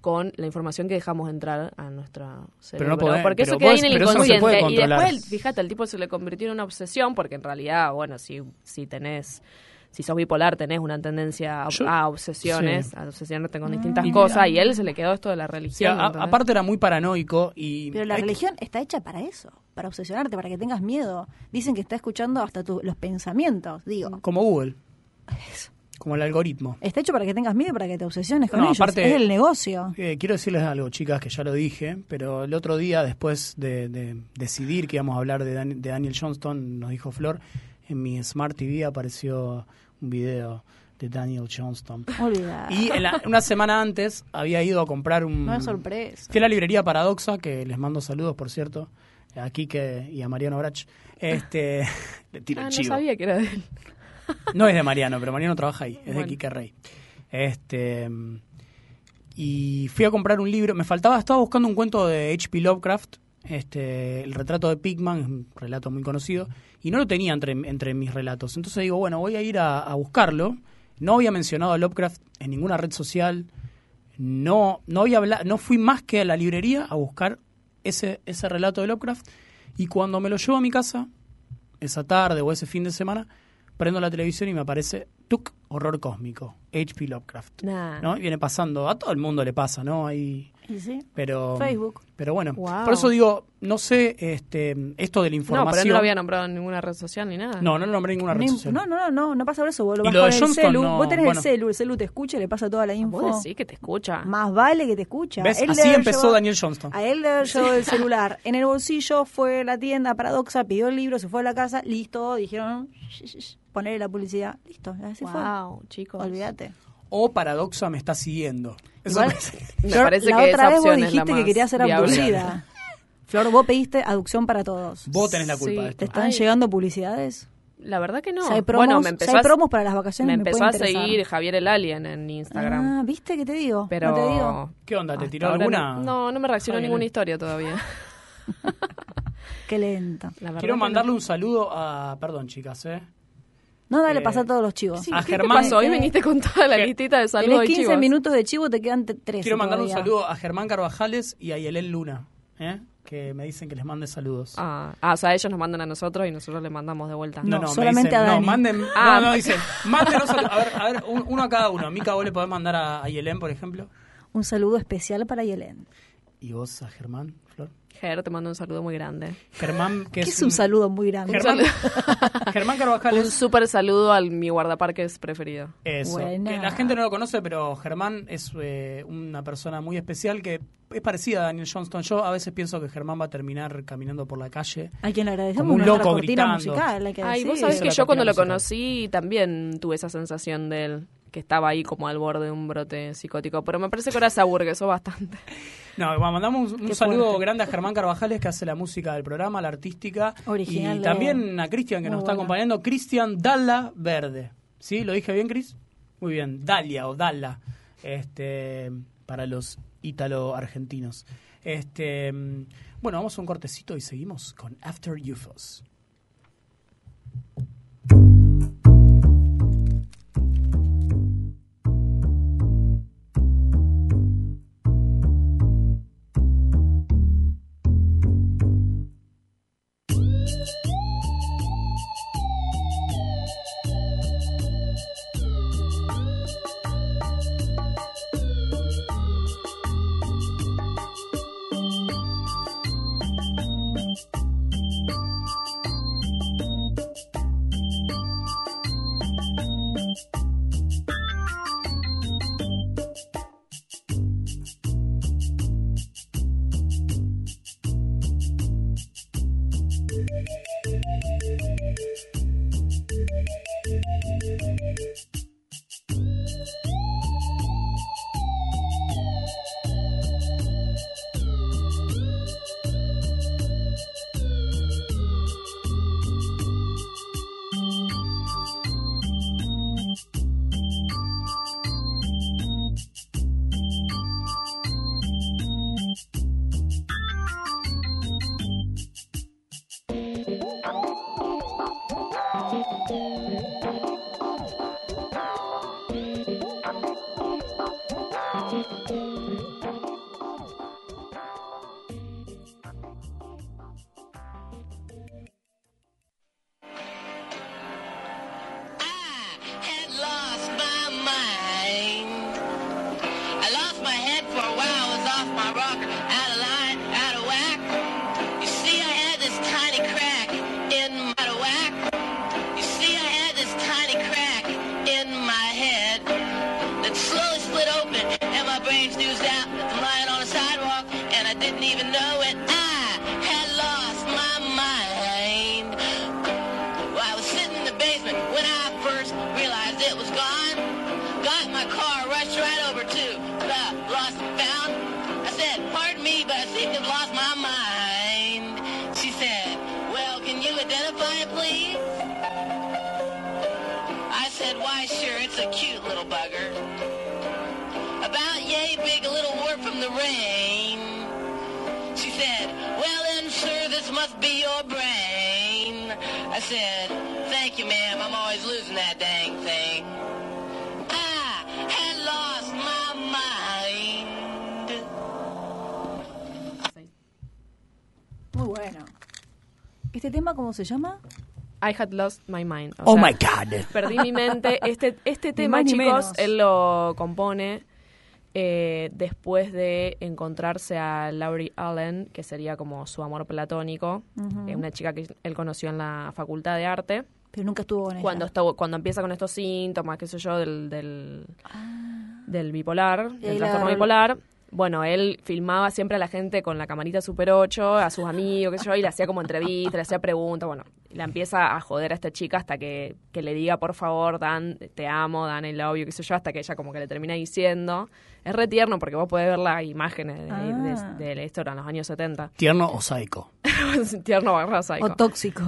S1: con la información que dejamos entrar a nuestra cerebro.
S3: podés-
S1: porque
S3: pero
S1: eso queda ahí
S3: vos-
S1: en el
S3: pero eso no se
S1: inconsciente.
S3: puede
S1: y
S3: controlar.
S1: después, fíjate, el tipo se le convirtió en una obsesión, porque en realidad, bueno, si, si tenés. Si sos bipolar, tenés una tendencia a,
S3: Yo-
S1: a obsesiones,
S3: sí.
S1: a obsesionarte con distintas
S2: Ah.
S3: Y-
S1: cosas, y a él se le quedó esto de la
S3: Sí, a-
S1: religión.
S3: a-
S1: ¿entendés?
S3: aparte era muy paranoico y...
S2: Pero la
S3: hay que-
S2: religión está hecha para eso, para obsesionarte, para que tengas miedo. Dicen que está escuchando hasta tu- los pensamientos, digo.
S3: Como Google. Como el algoritmo.
S2: Está hecho para que tengas miedo, y para que te obsesiones con
S3: No,
S2: ellos.
S3: aparte-
S2: es el negocio.
S3: Eh, quiero decirles algo, chicas, que ya lo dije, pero el otro día, después de, de decidir que íbamos a hablar de, Dan- de Daniel Johnston, nos dijo Flor, en mi Smart TV apareció un video de Daniel Johnston.
S2: Olvida.
S3: Y en la- una semana antes había ido a comprar un...
S2: No es sorpresa.
S3: Fui a la librería Paradoxa, que les mando saludos, por cierto, a Quique y a Mariano Brach. Este, le tiro
S1: Ah,
S3: el
S1: no
S3: chivo.
S1: sabía que era de él.
S3: No es de Mariano, pero Mariano trabaja ahí, es de
S1: Bueno.
S3: Quique Rey. Este mm, y fui a comprar un libro, me faltaba, estaba buscando un cuento de H.P. Lovecraft, este, el retrato de Pigman, es un relato muy conocido, y no lo tenía entre, entre mis relatos. Entonces digo, bueno, voy a ir a, a buscarlo. No había mencionado a Lovecraft en ninguna red social. No, no había habla- no fui más que a la librería a buscar ese, ese relato de Lovecraft. Y cuando me lo llevo a mi casa, esa tarde o ese fin de semana, prendo la televisión y me aparece Tuk Horror Cósmico, H.P. Lovecraft.
S1: Nah.
S3: ¿no? Y viene pasando, a todo el mundo le pasa, ¿no? Hay
S2: ¿Y sí?
S3: Pero,
S2: Facebook.
S3: Pero bueno,
S1: Wow.
S3: por eso digo, no sé este, esto de la
S1: No,
S3: información.
S1: pero él no lo había nombrado en ninguna red social ni nada.
S3: No, no lo nombré en ninguna red
S2: Ni-
S3: social.
S2: No, no, no, no, no pasa por eso, vos lo
S3: Y
S2: vas
S3: lo de
S2: con el
S3: Johnston
S2: celu,
S3: no,
S2: vos tenés
S3: bueno. Ah,
S2: el celu, el celu te escucha, le pasa toda la info.
S1: Vos decís que te escucha.
S2: Más vale que te escucha.
S3: ¿Ves?
S2: Él
S3: Así
S2: le
S3: empezó Daniel Johnston.
S2: A él le haber llevado el celular en el bolsillo, fue a la tienda paradoxa, pidió el libro, se fue a la casa, listo, dijeron, "Sh, sh, sh", ponerle la publicidad, listo, así
S1: wow, chicos.
S2: fue. Olvídate.
S3: O Paradoxa me está siguiendo. Eso
S2: Igual,
S3: me-
S1: Me
S2: Flor,
S1: parece
S2: la
S1: que
S2: otra
S1: esa
S2: vez vos
S1: opción es la
S2: dijiste que
S1: más
S2: querías ser
S1: viable.
S2: abducida. Flor, vos pediste aducción para todos.
S3: Vos tenés la culpa
S1: Sí,
S3: de
S2: ¿Te
S3: esto.
S2: están
S1: Ay.
S2: llegando publicidades?
S1: La verdad que no.
S2: Si hay promos,
S1: bueno, me
S2: si
S1: empezó
S2: hay
S1: a-
S2: promos para las vacaciones,
S1: me
S2: me
S1: empezó
S2: puede
S1: a
S2: interesar.
S1: seguir Javier el Alien en Instagram.
S2: Ah, ¿viste que te digo?
S1: pero
S2: No te digo.
S3: ¿Qué onda? ¿Te
S1: hasta
S3: tiró
S1: ahora
S3: alguna?
S1: No, no, no me reaccionó
S3: Javier.
S1: ninguna historia todavía.
S2: Qué lenta.
S1: La verdad que
S3: Quiero
S1: no.
S3: mandarle un saludo a. Perdón, chicas, ¿eh?
S2: No, dale,
S3: Eh,
S2: pasa a todos los chivos.
S3: a
S1: ¿Qué te
S3: Germán.
S1: pasó? Hoy viniste con toda la listita de
S2: Tenés
S1: saludos
S2: 15
S1: y chivos.
S2: minutos de chivo, te quedan 13
S3: Quiero mandarle un
S2: todavía.
S3: saludo a Germán Carvajales y a Yelén Luna, ¿eh? Que me dicen que les mande saludos.
S1: Ah, ah, o sea, ellos nos mandan a nosotros y nosotros les mandamos de vuelta.
S2: No, solamente
S3: me dicen,
S2: a Dani.
S3: No, manden.
S1: Ah.
S3: No, no, dicen. Mándenos a, a ver, a ver un- uno a cada uno. A Mica, vos le podés mandar a, a Yelén, por ejemplo.
S2: Un saludo especial para Yelén.
S3: Y vos a Germán, Flor.
S1: Ger, te mando un saludo muy grande.
S3: Germán, que
S2: Que
S3: es,
S2: es un saludo muy grande.
S3: Germán, Germán Carvajales.
S1: Un súper saludo al mi guardaparques preferido.
S3: Eso.
S2: Buena.
S3: Que la gente no lo conoce, pero Germán es eh, una persona muy especial que es parecida a Daniel Johnston. Yo a veces pienso que Germán va a terminar caminando por la calle.
S2: A quien le agradecemos
S3: Como un
S2: nuestra
S3: loco
S2: cortina
S3: gritando.
S2: musical. hay que
S1: Ay,
S2: decir.
S1: vos sabés
S3: Eso
S1: que
S3: la
S1: yo cuando lo
S3: continuamos
S1: conocí también tuve esa sensación de él, que estaba ahí como al borde de un brote psicótico, pero me parece que ahora se aburguesó bastante.
S3: No, bueno, mandamos un, un saludo
S2: fuerte.
S3: grande a Germán Carvajales que hace la música del programa, la artística.
S2: Original
S3: Y
S2: de-
S3: también a Cristian que
S2: Muy
S3: nos está
S2: bueno.
S3: acompañando, Cristian Dalla Verde. ¿Sí? ¿Lo dije bien, Cris? Muy bien, Dalia o Dalla, este, para los ítalo-argentinos. Este, bueno, vamos a un cortecito y seguimos con After UFOs.
S6: I had lost my mind. I lost my head for a while, was off my rock, out of line, out of whack. You see, I had this tiny crack in my out of whack. You see, I had this tiny crack in my head that slowly split open, and my brain snoozed out, lying on the sidewalk, and I didn't even know it. I had lost my mind. Well, I was sitting in the basement when I first realized it was gone. Got in my car, rushed right over to the lost and found. I said, pardon me, but I seem to have lost my mind. She said, well, can you identify it, please? I said, why, sure, it's a cute little bugger. About yay big, a little wart from the rain. She said, well then, sir, this must be your brain. I said, thank you, ma'am. I'm always losing that dang thing. "Ah, I had lost my mind.
S2: Muy bueno. ¿Este tema cómo se llama?
S1: I had lost my mind. o
S3: Oh
S1: sea,
S3: my God.
S1: Perdí mi mente. Este, este tema,
S2: más ni
S1: chicos,
S2: menos.
S1: él lo compone eh, después de encontrarse a Laurie Allen, que sería como su amor platónico, eh, una chica que él conoció en la Facultad de Arte.
S2: Pero nunca estuvo con ella.
S1: Cuando, está, cuando empieza con estos síntomas, qué sé yo, del, del, del bipolar,
S2: ahí
S1: del trastorno
S2: la agarró Ah. el-
S1: bipolar. Bueno, él filmaba siempre a la gente con la camarita Super 8, a sus amigos, qué sé yo, y le hacía como entrevistas, le hacía preguntas, bueno, y la empieza a joder a esta chica hasta que, que le diga, por favor, Dan, te amo, Dan, el obvio, qué sé yo, hasta que ella como que le termina diciendo. Es re tierno porque vos podés ver las imágenes de,
S2: Ah.
S1: de- de la historia en los años 70.
S3: Tierno o psycho.
S1: tierno barra psycho.
S2: O tóxico.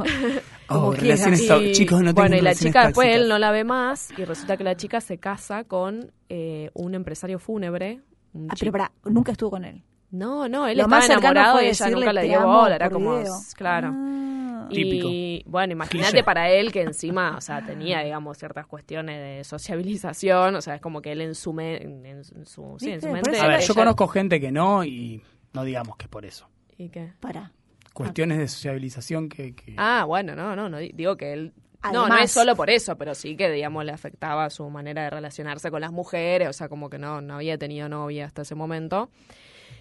S3: Oh,
S2: Como quiera.
S3: relaciones
S2: Y-
S3: tóxicas. Chicos, no
S1: bueno,
S3: tengan
S1: y la
S3: relaciones
S1: chica después
S3: tóxicas.
S1: él no la ve más y resulta que la chica se casa con eh, un empresario fúnebre. un
S2: Ah,
S1: chico-
S2: pero pará, nunca estuvo con él.
S1: No, no, él
S2: Lo
S1: estaba
S2: más cercano
S1: enamorado
S2: fue
S1: y ella
S2: decirle,
S1: nunca le
S2: "Te
S1: dio
S2: amo",
S1: bola, era
S2: por
S1: como,
S2: video.
S1: claro.
S2: Ah.
S1: Y
S3: Típico.
S1: bueno,
S3: Cliché.
S1: imagínate para él que encima, o sea, tenía, digamos, ciertas cuestiones de sociabilización, o sea, es como que él en su, me- en, en su, sí, en su
S2: ¿Viste? Por
S1: mente...
S2: eso
S3: A ver, yo
S1: ella-
S3: conozco gente que no y no digamos que es por eso.
S1: ¿Y qué?
S2: Pará.
S3: Cuestiones de sociabilización que... que-
S1: Ah, bueno, no, no, no di- digo que él... no, no
S2: Además-
S1: es solo por eso, pero sí que, digamos, le afectaba su manera de relacionarse con las mujeres, o sea, como que no, no había tenido novia hasta ese momento.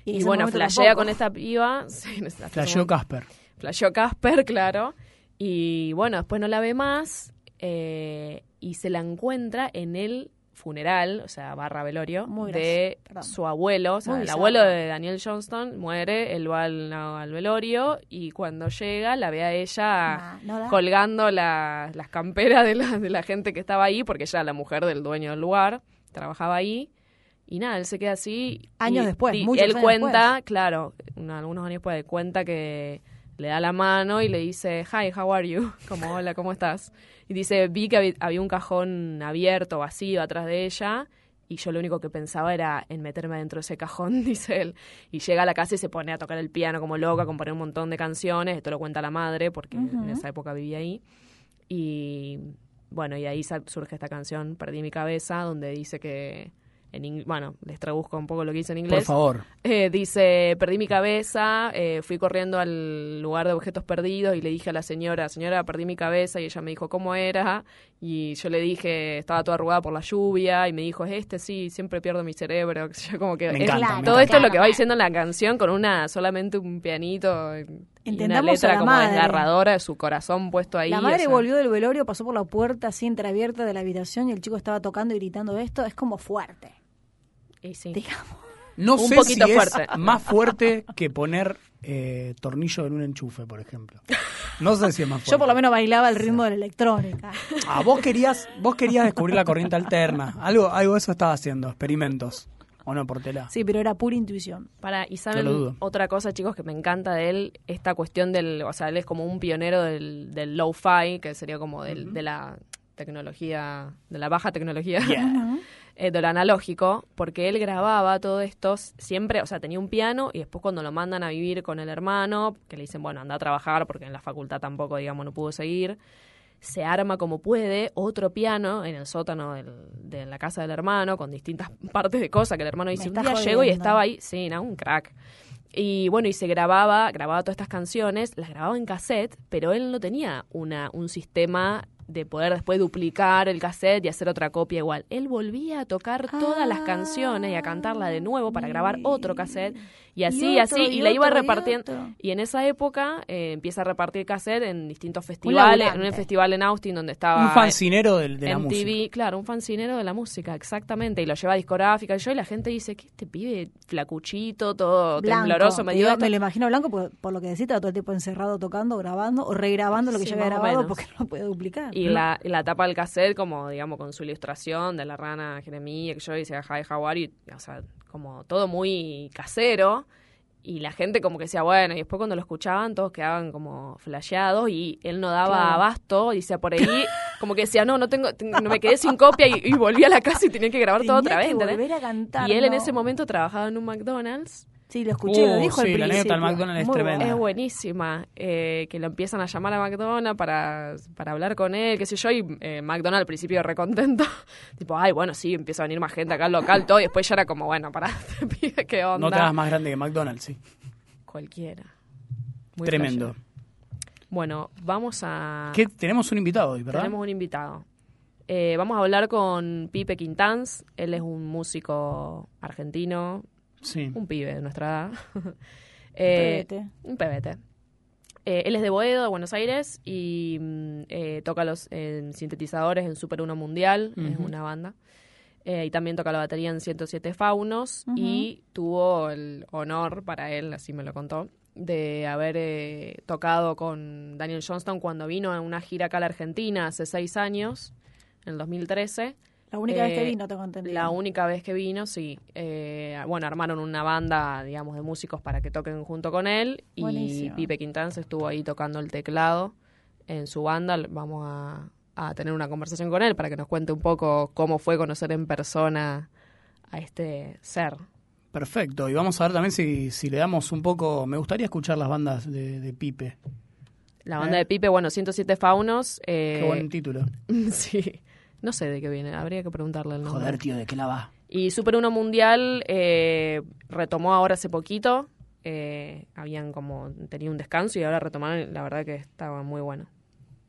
S2: en
S1: Y,
S2: ese
S1: bueno,
S2: momento
S1: flashea
S2: tampoco.
S1: con esta piba. sí, hasta ese
S3: Flasheó
S1: momento.
S3: Casper.
S1: Flasheó Casper, claro. Y bueno, después no la ve más eh, y se la encuentra en el funeral, o sea, barra velorio,
S2: Muy
S1: de
S2: gracioso, perdón.
S1: su abuelo. O sea,
S2: Muy
S1: el
S2: bizarro.
S1: abuelo de Daniel Johnston muere, él va al, al velorio y cuando llega la ve a ella
S2: Nah, Ah, no da.
S1: colgando la- las camperas de la, de la gente que estaba ahí, porque ella era la mujer del dueño del lugar, trabajaba ahí. Y nada, él se queda así.
S2: Años
S1: y-
S2: después,
S1: y
S2: muchos
S1: Él
S2: años
S1: cuenta,
S2: después.
S1: claro, un- algunos años después, cuenta que le da la mano y le dice, hi, how are you? Como, hola, ¿cómo estás? Y dice, vi que habi- había un cajón abierto, vacío, atrás de ella. Y yo lo único que pensaba era en meterme dentro de ese cajón, dice él. Y llega a la casa y se pone a tocar el piano como loca, a componer un montón de canciones. Esto lo cuenta la madre, porque en esa época vivía ahí. Y bueno, y ahí sa- surge esta canción, Perdí mi cabeza, donde dice que, en ing- bueno, les traduzco un poco lo que dice en inglés.
S3: Por favor.
S1: Eh, dice, perdí mi cabeza, eh, fui corriendo al lugar de objetos perdidos y le dije a la señora, señora, perdí mi cabeza y ella me dijo, ¿cómo era? Y yo le dije, estaba toda arrugada por la lluvia y me dijo, es este, sí, siempre pierdo mi cerebro. Yo como que
S3: Me
S1: es-
S3: encanta. me
S1: todo
S3: encanta.
S1: esto es lo que va diciendo en la canción con una solamente un pianito y una
S2: Entendamos a
S1: letra
S2: la
S1: como
S2: madre.
S1: desgarradora, su corazón puesto ahí.
S2: La
S1: o
S2: madre
S1: sea.
S2: volvió del velorio, pasó por la puerta así entreabierta de la habitación y el chico estaba tocando y gritando esto. Es como fuerte,
S1: Y sí.
S2: digamos.
S3: No
S1: Un
S3: sé
S1: poquito
S3: si
S1: fuerte.
S3: es más fuerte que poner eh, tornillo en un enchufe, por ejemplo. No sé si es más fuerte.
S2: Yo por lo menos bailaba al ritmo de la electrónica.
S3: Ah, vos querías, vos querías descubrir la corriente alterna. Algo, algo de eso estaba haciendo, experimentos. ¿O no, Portela?
S2: Sí, pero era pura intuición.
S1: Para, y
S3: No lo dudo.
S1: saben otra cosa, chicos, que me encanta de él, esta cuestión del, o sea, él es como un pionero del, del lo-fi, que sería como del, de la tecnología, de la baja tecnología,
S3: Yeah.
S1: eh, de lo analógico, porque él grababa todo esto siempre, o sea, tenía un piano y después cuando lo mandan a vivir con el hermano, que le dicen, bueno, anda a trabajar porque en la facultad tampoco, digamos, no pudo seguir, se arma como puede otro piano en el sótano del- de la casa del hermano con distintas partes de cosas que el hermano dice, un
S2: estás
S1: día llego y
S2: jodiendo".
S1: estaba ahí, sí, no, un crack. Y bueno, y se grababa, grababa todas estas canciones, las grababa en cassette, pero él no tenía una, un sistema de poder después duplicar el cassette y hacer otra copia igual. Él volvía a tocar todas las canciones y a cantarla de nuevo para grabar otro cassette y así,
S2: Ah, Y otro,
S1: así, y,
S2: y
S1: la iba
S2: otro, y
S1: repartiendo.
S2: otro.
S1: Y en esa época eh, empieza a repartir cassette en distintos festivales, en un
S2: laburante.
S1: festival en Austin donde estaba eh,
S3: Un fancinero de, de la
S1: Ah, en
S3: música.
S1: TV, claro, un fancinero de la música, exactamente. Y lo lleva a discográfica y yo, y la gente dice, ¿qué este pibe flacuchito, todo
S2: Blanco.
S1: tembloroso,
S2: Te
S1: medio
S2: digo,
S1: esto?".
S2: me lo imagino blanco por, por lo que decís, estaba todo el tiempo encerrado tocando, grabando o regrabando lo que
S1: Sí,
S2: ya había
S1: más o
S2: grabado
S1: menos.
S2: porque no puede duplicar.
S1: Y la, y la tapa del cassette, como digamos, con su ilustración de la rana Jeremías, que yo dice Hi Jaguar, y, o sea, como todo muy casero. Y la gente como que decía, bueno, y después cuando lo escuchaban, todos quedaban como flasheados y él no daba
S2: Claro.
S1: abasto, y decía por ahí, como que decía, no, no tengo, ten- no me quedé sin copia y, y volví a la casa y tenía que grabar todo
S2: Tenía
S1: otra vez.
S2: que
S1: ¿entendés?
S2: volver a cantar,
S1: y él en
S2: no.
S1: ese momento trabajaba en un McDonald's
S2: Sí, lo escuché, lo
S3: Uh,
S2: dijo
S3: sí,
S2: al
S3: la anécdota
S2: principio.
S3: del McDonald's es
S2: Muy
S3: tremenda.
S1: Es
S2: bueno.
S1: buenísima. eh, que lo empiezan a llamar a McDonald's para, para hablar con él, qué sé yo. Y eh, McDonald's al principio recontento. tipo, ay, bueno, sí, empieza a venir más gente acá al local, todo. Y después ya era como, bueno, para, qué onda.
S3: No te hagas más grande que McDonald's, sí.
S1: Cualquiera. Muy Ah.
S3: Tremendo.
S1: flashero. Bueno, vamos a.
S3: ¿Qué- tenemos un invitado hoy, ¿verdad?
S1: Tenemos un invitado. Eh, vamos a hablar con Pipe Quintanz. Él es un músico argentino,
S3: Sí.
S1: un pibe de nuestra edad.
S2: pebete.
S1: Un pebete. Eh, él es de Boedo, de Buenos Aires, y mm, eh, toca los eh, sintetizadores en Super 1 Mundial, es
S3: Ujú.
S1: una banda. Eh, y también toca la batería en 107 Faunos, y tuvo el honor para él, así me lo contó, de haber eh, tocado con Daniel Johnston cuando vino a una gira acá a la Argentina hace seis años, en el 2013.
S2: La única vez que
S1: Eh,
S2: vino, tengo entendido.
S1: La única vez que vino, sí. Eh, bueno, armaron una banda, digamos, de músicos para que toquen junto con él.
S2: Buenísimo.
S1: Y Pipe Quintanz estuvo ahí tocando el teclado en su banda. L- Vamos a, a tener una conversación con él para que nos cuente un poco cómo fue conocer en persona a este ser.
S3: Perfecto. Y vamos a ver también si, si le damos un poco. Me gustaría escuchar las bandas de, de Pipe.
S1: La banda
S3: Eh.
S1: de Pipe, bueno, 107 Faunos. eh,
S3: Qué buen título.
S1: sí. No sé de qué viene, habría que preguntarle el nombre.
S3: Joder, tío, ¿de qué la va?
S1: Y Super 1 Mundial eh, retomó ahora hace poquito. eh, habían como tenido un descanso y ahora retomaron. La verdad que estaba muy bueno.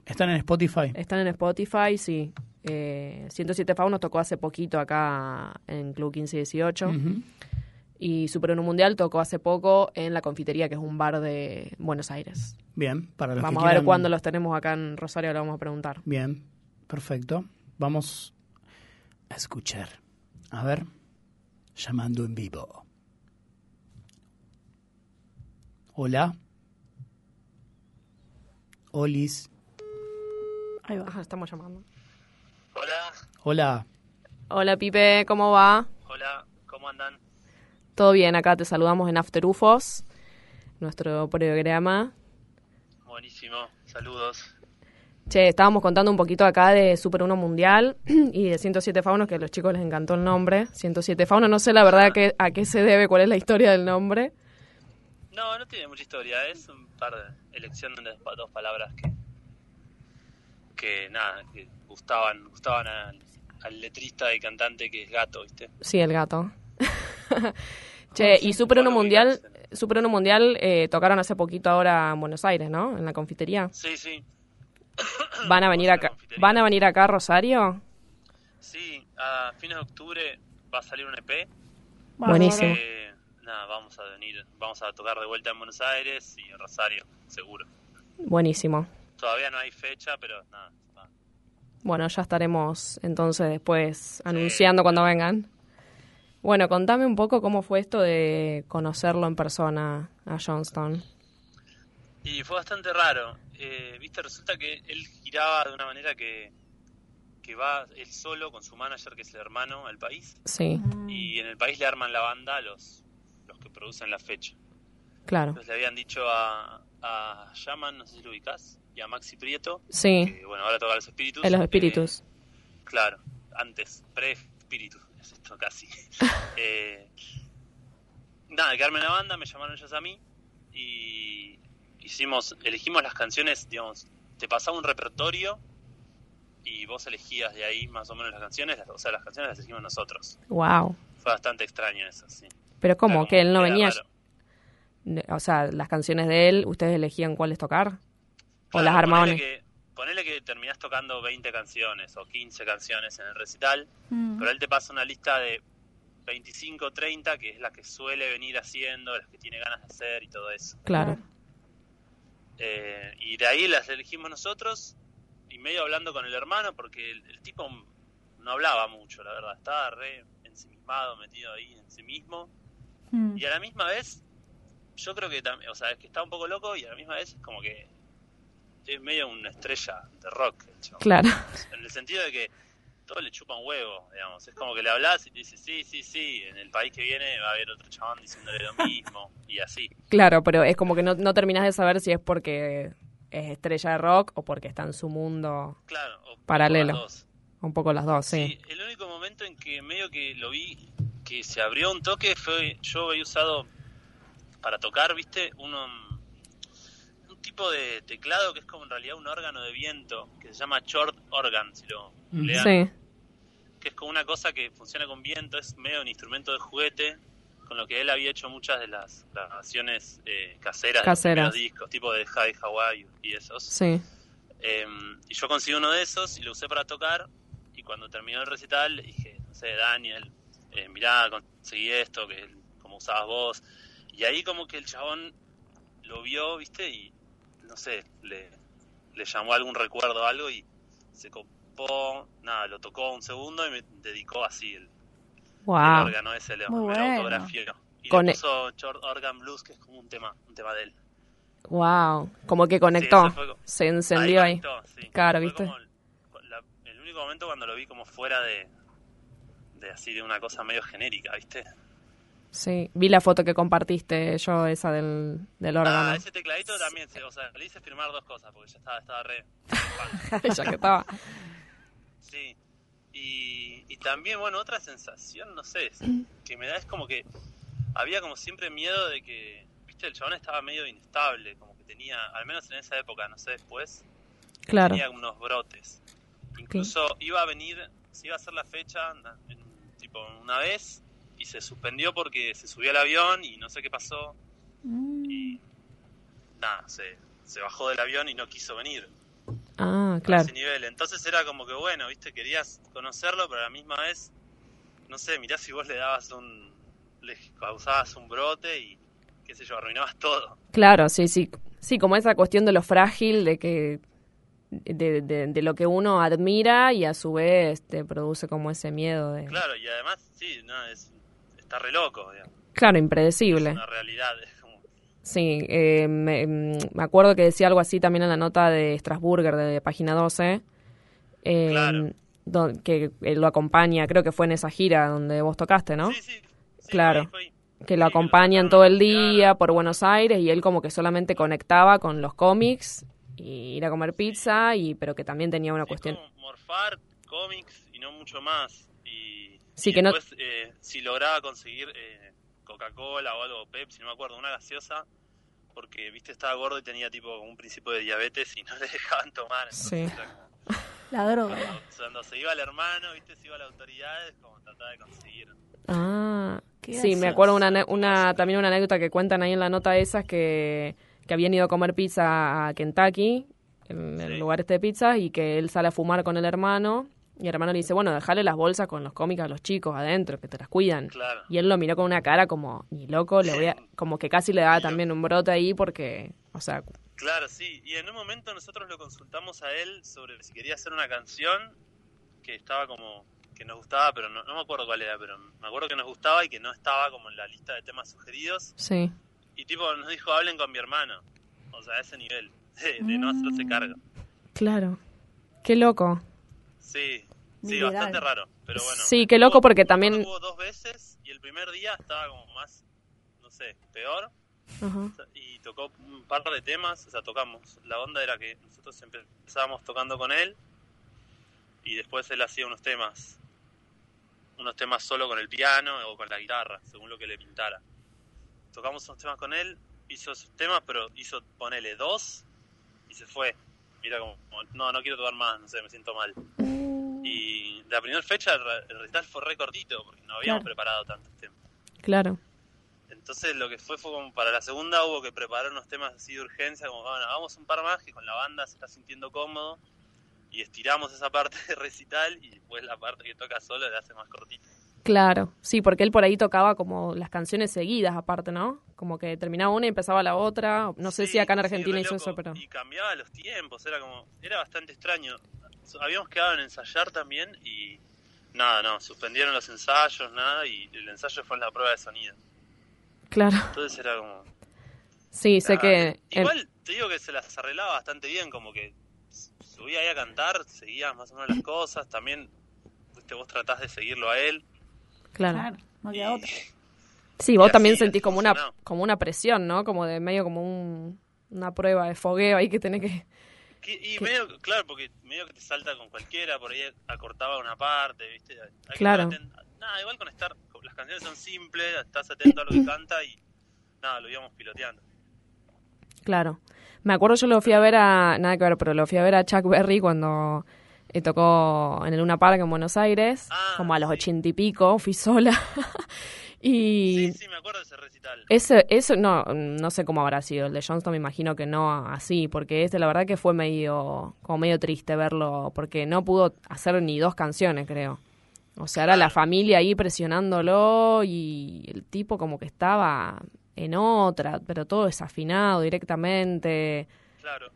S3: Están en Spotify.
S1: Están en Spotify, sí. Eh, 107 Faunos tocó hace poquito acá en Club 1518.
S3: Ujú.
S1: Y Super 1 Mundial tocó hace poco en La Confitería, que es un bar de Buenos Aires.
S3: Bien, para los que
S1: vamos a ver
S3: quieran-
S1: cuándo los tenemos acá en Rosario, lo vamos a preguntar.
S3: Bien, perfecto. Vamos a escuchar. A ver, llamando en vivo. Hola. Olis.
S2: Ahí va.
S1: Ajá, estamos llamando.
S7: Hola,
S3: Hola.
S1: Hola Pipe, ¿cómo va?
S7: hola, ¿cómo andan?
S1: Todo bien, acá te saludamos en After UFOs, nuestro programa.
S7: Buenísimo, saludos.
S1: Che, estábamos contando un poquito acá de Super 1 Mundial y de 107 Faunos, que a los chicos les encantó el nombre. 107 Faunos, no sé la verdad que, a qué se debe, cuál es la historia del nombre.
S7: No, no tiene mucha historia, es un par de elección de pa- dos palabras que, que nada, que gustaban, gustaban al, al letrista y cantante que es gato, ¿viste?
S1: Sí, el gato. che, y Super 1 Mundial, Super 1 Mundial eh, tocaron hace poquito ahora en Buenos Aires, ¿no? En la confitería.
S7: Sí, sí,
S1: ¿Van a venir
S7: Vamos a la
S1: acá,
S7: confitería.
S1: ¿van a, venir acá a Rosario?
S7: sí, a fines de octubre va a salir un EP.
S2: Bárbaro.
S1: Buenísimo.
S7: que, nada, vamos a venir, vamos a tocar de vuelta en Buenos Aires y en Rosario, seguro.
S1: Buenísimo.
S7: Todavía no hay fecha, pero nada, va.
S1: Bueno, ya estaremos entonces después anunciando
S7: Eh.
S1: cuando vengan. Bueno, contame un poco cómo fue esto de conocerlo en persona a Johnston.
S7: Y fue bastante raro. Eh, Viste, resulta que él giraba de una manera que, que va él solo con su manager, que es el hermano, al país.
S1: Sí, Mm.
S7: Y en el país le arman la banda a los, los que producen la fecha.
S1: claro.
S7: Entonces le habían dicho a, a Yaman, no sé si lo ubicás, y a Maxi Prieto,
S1: Sí,
S7: que bueno, ahora toca los espíritus.
S1: en los
S7: eh,
S1: espíritus.
S7: Claro, antes, pre-espíritu, es esto casi. eh, nada, quedarme en la banda, me llamaron ellos a mí y hicimos, elegimos las canciones, digamos, te pasaba un repertorio y vos elegías de ahí más o menos las canciones, las- o sea, las canciones las elegimos nosotros.
S1: Wow.
S7: Fue bastante extraño eso, sí.
S1: Pero
S7: Era
S1: ¿cómo?
S7: como
S1: ¿Que él no
S7: era
S1: venía?
S7: raro.
S1: Ne- O sea, las canciones de él, ¿ustedes elegían cuáles tocar? ¿O
S7: Claro,
S1: las armaban?
S7: Ponele que, ponele que terminás tocando 20 canciones o 15 canciones en el recital,
S2: Mm.
S7: pero él te pasa una lista de 25, 30, que es la que suele venir haciendo, las que tiene ganas de hacer y todo eso.
S1: Claro.
S7: Eh, y de ahí las elegimos nosotros y medio hablando con el hermano, porque el, el tipo no hablaba mucho, la verdad, estaba re ensimismado, metido ahí en sí mismo.
S2: Mm.
S7: Y a la misma vez, yo creo que también, o sea, es que está un poco loco y a la misma vez es como que es medio una estrella de rock, el chabón.
S1: Claro.
S7: en el sentido de que todo le chupa un huevo, digamos. Es como que le hablas y te dice, sí, sí, sí, en el país que viene va a haber otro chabón diciéndole lo mismo y así.
S1: Claro, pero es como que no, no terminás de saber si es porque es estrella de rock o porque está en su mundo.
S7: Claro, o-
S1: Paralelo.
S7: o las dos.
S1: Un poco las dos, sí.
S7: Sí, el único momento en que medio que lo vi que se abrió un toque fue yo había usado para tocar, viste, uno, un tipo de teclado que es como en realidad un órgano de viento que se llama short organ, si lo
S3: Mm.
S7: lean,
S1: Sí.
S7: que es como una cosa que funciona con viento, es medio un instrumento de juguete con lo que él había hecho muchas de las grabaciones eh, caseras, de los
S1: Caseras.
S7: primeros discos, tipo de High Hawaii y esos.
S1: Sí.
S7: Em, Eh, y yo conseguí uno de esos y lo usé para tocar. y cuando terminó el recital le dije, no sé, Daniel, eh, mirá, conseguí esto, que como usabas vos. Y ahí como que el chabón lo vio, viste, y no sé, le, le llamó algún recuerdo, algo, y se copó, nada, lo tocó un segundo y me dedicó así el, el
S1: Wow.
S7: órgano ese, le,
S2: Muy
S7: me lo
S2: bueno.
S7: autografió. Y
S1: Ah. Con e-
S7: le puso Short Organ Blues, que es como un tema, un tema de él.
S1: Wow. Como que
S7: Sí,
S1: conectó.
S7: eso fue co-
S1: Se encendió ahí.
S7: conectó, sí.
S1: Claro,
S7: Fue
S1: ¿viste?
S7: como el- la- el único momento cuando lo vi como fuera de, de así, de una cosa medio genérica, ¿viste?
S1: Sí. Vi la foto que compartiste yo, esa del, del
S7: Ah,
S1: órgano.
S7: ese tecladito también, se, o sea, le hice firmar dos cosas porque ya estaba, estaba re...
S1: Ya que estaba.
S7: Sí. Y, y también, bueno, otra sensación, no sé, es- que me da es como que había como siempre miedo de que, viste, el chabón estaba medio inestable, como que tenía, al menos en esa época, no sé después,
S1: Claro.
S7: tenía unos brotes. Incluso iba a venir, se iba a hacer la fecha, na- en- tipo una vez, y se suspendió porque se subió al avión y no sé qué pasó,
S2: mm.
S7: y nada, se, se bajó del avión y no quiso venir
S1: Ah,
S7: a
S1: claro.
S7: ese nivel. Entonces era como que, bueno, viste, querías conocerlo, pero a la misma vez, no sé, mirá si vos le dabas un. le causabas un brote y, qué sé yo, arruinabas todo.
S1: Claro, sí, sí. Sí, como esa cuestión de lo frágil, de que. De, de, de lo que uno admira y a su vez te produce como ese miedo de.
S7: Claro, y además, sí, no, es, está re loco, digamos.
S1: Claro,
S7: Es
S1: impredecible.
S7: una realidad, es como.
S1: Sí, eh, me, mm, me acuerdo que decía algo así también en la nota de Strasburger de página 12, eh,
S7: Claro.
S1: don- que eh, lo acompaña, creo que fue en esa gira donde vos tocaste, ¿no?
S7: Sí, sí, sí,
S1: Claro.
S7: fue ahí, fue ahí.
S1: Que lo
S7: Sí,
S1: acompañan
S7: sacaron
S1: todo
S7: a
S1: el
S7: pasear,
S1: día por Buenos Aires y él como que solamente conectaba con los cómics y ir a comer pizza, y pero que también tenía una
S7: Sí,
S1: cuestión.
S7: como morfar cómics y no mucho más. Y,
S1: Sí,
S7: y
S1: que no-
S7: después, eh, si lograba conseguir eh, Coca-Cola o algo, Pepsi, no me acuerdo, una gaseosa, porque, viste, estaba gordo y tenía tipo un principio de diabetes y no le dejaban tomar. entonces
S1: Sí.
S7: era como-
S2: La droga.
S7: cuando, cuando se iba el hermano, viste, se iba a las autoridades, como trataba de conseguir.
S1: Ah,
S2: Qué
S1: sí, me
S2: gracioso.
S1: acuerdo una, ane- una también una anécdota que cuentan ahí en la nota esa que, que habían ido a comer pizza a Kentucky, en el
S7: Sí.
S1: lugar este de pizza, y que él sale a fumar con el hermano, y el hermano le dice, bueno, dejale las bolsas con los cómicos a los chicos adentro, que te las cuidan.
S7: Claro.
S1: Y él lo miró con una cara como, ni loco, le voy a- como que casi le daba también un brote ahí porque, o sea,
S7: Claro, sí. Y en un momento nosotros lo consultamos a él sobre si quería hacer una canción que estaba como que nos gustaba, pero no, no me acuerdo cuál era, pero me acuerdo que nos gustaba y que no estaba como en la lista de temas sugeridos.
S1: sí,
S7: Y tipo nos dijo, hablen con mi hermano. O sea, a ese nivel, de, de no hacerse cargo.
S1: claro. Qué loco.
S7: Sí, sí,
S2: Literal.
S7: bastante raro. Pero bueno.
S1: Sí, qué loco
S7: Hubo-
S1: porque
S7: me acuerdo
S1: también-
S7: que Hubo dos veces y el primer día estaba como más, no sé, peor.
S1: Ajá.
S7: y tocó un par de temas, o sea, tocamos. La onda era que nosotros empezábamos tocando con él y después él hacía unos temas, unos temas solo con el piano o con la guitarra, según lo que le pintara. Tocamos unos temas con él, hizo esos temas, pero hizo, ponele, dos y se fue. Mira como, como, no, no quiero tocar más, no sé, me siento mal. Y la primera fecha el re- el recital fue re cortito, porque no habíamos
S1: Claro.
S7: preparado tantos temas.
S1: Claro.
S7: Entonces lo que fue fue como para la segunda hubo que preparar unos temas así de urgencia, como bueno, hagamos un par más que con la banda se está sintiendo cómodo y estiramos esa parte de recital y después la parte que toca solo le hace más cortita.
S1: Claro, sí, porque él por ahí tocaba como las canciones seguidas aparte, ¿no? Como que terminaba una y empezaba la otra. No sé
S7: Sí,
S1: si acá en
S7: sí,
S1: Argentina
S7: re
S1: hizo
S7: loco.
S1: eso, pero...
S7: Y cambiaba los tiempos, era como, era bastante extraño. So- Habíamos quedado en ensayar también y nada, no, suspendieron los ensayos, nada, y el ensayo fue en la prueba de sonido.
S1: Claro.
S7: Entonces era como,
S1: Sí, sé
S7: Ah,
S1: que... en-
S7: Igual te digo que se las arreglaba bastante bien, como que subía ahí a cantar, seguía más o menos las cosas, también viste, vos tratás de seguirlo a él.
S1: claro.
S2: Claro, no
S7: y-
S2: queda otra.
S1: Sí, vos
S7: Y
S1: también
S7: así,
S1: sentís como
S7: entonces,
S1: una,
S7: no.
S1: como una presión, ¿no? Como de medio como un- una prueba de fogueo ahí que tenés que...
S7: que- Y medio, claro, porque medio que te salta con cualquiera, por ahí acortaba una parte, viste. Hay que
S1: Claro.
S7: estar aten- Nada, igual con estar, las canciones son simples, estás atento a lo que canta y nada, lo íbamos piloteando.
S1: Claro. Me acuerdo yo lo fui a ver a... Nada que ver, pero lo fui a ver a Chuck Berry cuando eh, tocó en el Luna Park en Buenos Aires,
S7: Ah,
S1: como a los
S7: sí.
S1: ochenta y pico, fui sola. Y Eh,
S7: Sí, sí, me acuerdo de ese recital.
S1: Ese, eso no, no sé cómo habrá sido. El de Johnston me imagino que no así, porque este la verdad que fue medio, como medio triste verlo, porque no pudo hacer ni dos canciones, creo. O sea, era la familia ahí presionándolo y el tipo como que estaba en otra, pero todo desafinado directamente.
S7: Claro.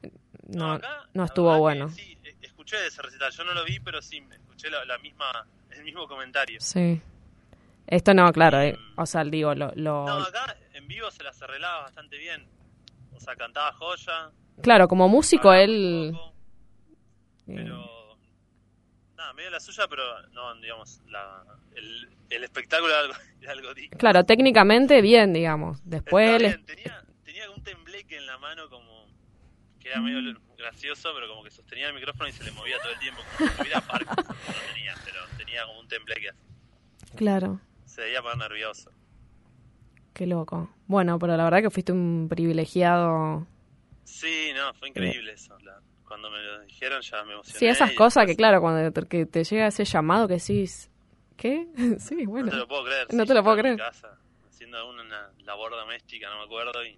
S1: No,
S7: acá,
S1: no
S7: la
S1: estuvo
S7: verdad que
S1: bueno.
S7: Sí, e- escuché ese recital. Yo no lo vi, pero sí, escuché la, la misma, el mismo comentario.
S1: Sí. Esto no, claro, eh, o sea, digo, lo... lo-
S7: Mm. No, acá en vivo se las arreglaba bastante bien. O sea, cantaba joya.
S1: claro, como músico
S7: hablaba
S1: él...
S7: un poco,
S1: eh,
S7: Pero. Nada, medio la suya, pero no, digamos, la, el, el espectáculo era algo, era algo digno.
S1: claro, técnicamente bien, digamos. Después...
S7: Estaba
S1: les-
S7: bien, tenía, tenía un tembleque en la mano como que era medio
S1: Mm.
S7: gracioso, pero como que sostenía el micrófono y se le movía todo el tiempo. Como si tuviera Parkinson, no tenía, pero tenía como un tembleque así.
S1: Claro.
S7: Se veía más nervioso.
S1: Qué loco. Bueno, pero la verdad que fuiste un privilegiado.
S7: Sí, no, fue increíble eso. la- cuando me lo dijeron ya me emocioné.
S1: Sí, esas
S7: y
S1: cosas que,
S7: después
S1: claro, cuando te, que te llega ese llamado que decís, ¿qué? Sí,
S7: No te lo
S1: bueno.
S7: puedo creer.
S1: No
S7: sí,
S1: te lo
S7: yo
S1: puedo
S7: estaba en
S1: creer.
S7: mi casa, haciendo una, una labor doméstica, no me acuerdo, y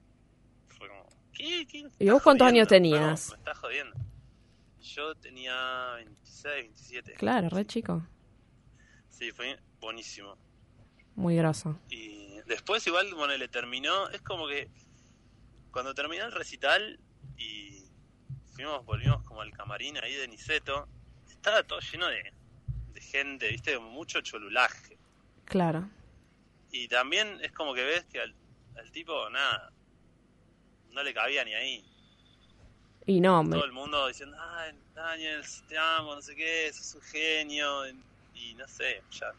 S7: fue como, ¿qué? ¿Qué? ¿Me
S1: ¿Y
S7: estás
S1: vos cuántos
S7: jodiendo?
S1: años tenías?
S7: No, me estás jodiendo. Yo tenía 26, 27.
S1: Claro, re chico.
S7: Sí, fue buenísimo.
S1: Muy groso.
S7: Y después igual, bueno, le terminó, es como que cuando terminó el recital y fuimos, volvimos como al camarín ahí de Niceto, estaba todo lleno de, de gente, viste, mucho cholulaje.
S1: Claro.
S7: Y también es como que ves que al, al tipo, nada, no le cabía ni ahí.
S1: Y no, me-
S7: Todo el mundo diciendo, ah, Daniel, te amo, no sé qué, sos un genio. Y no sé, ya.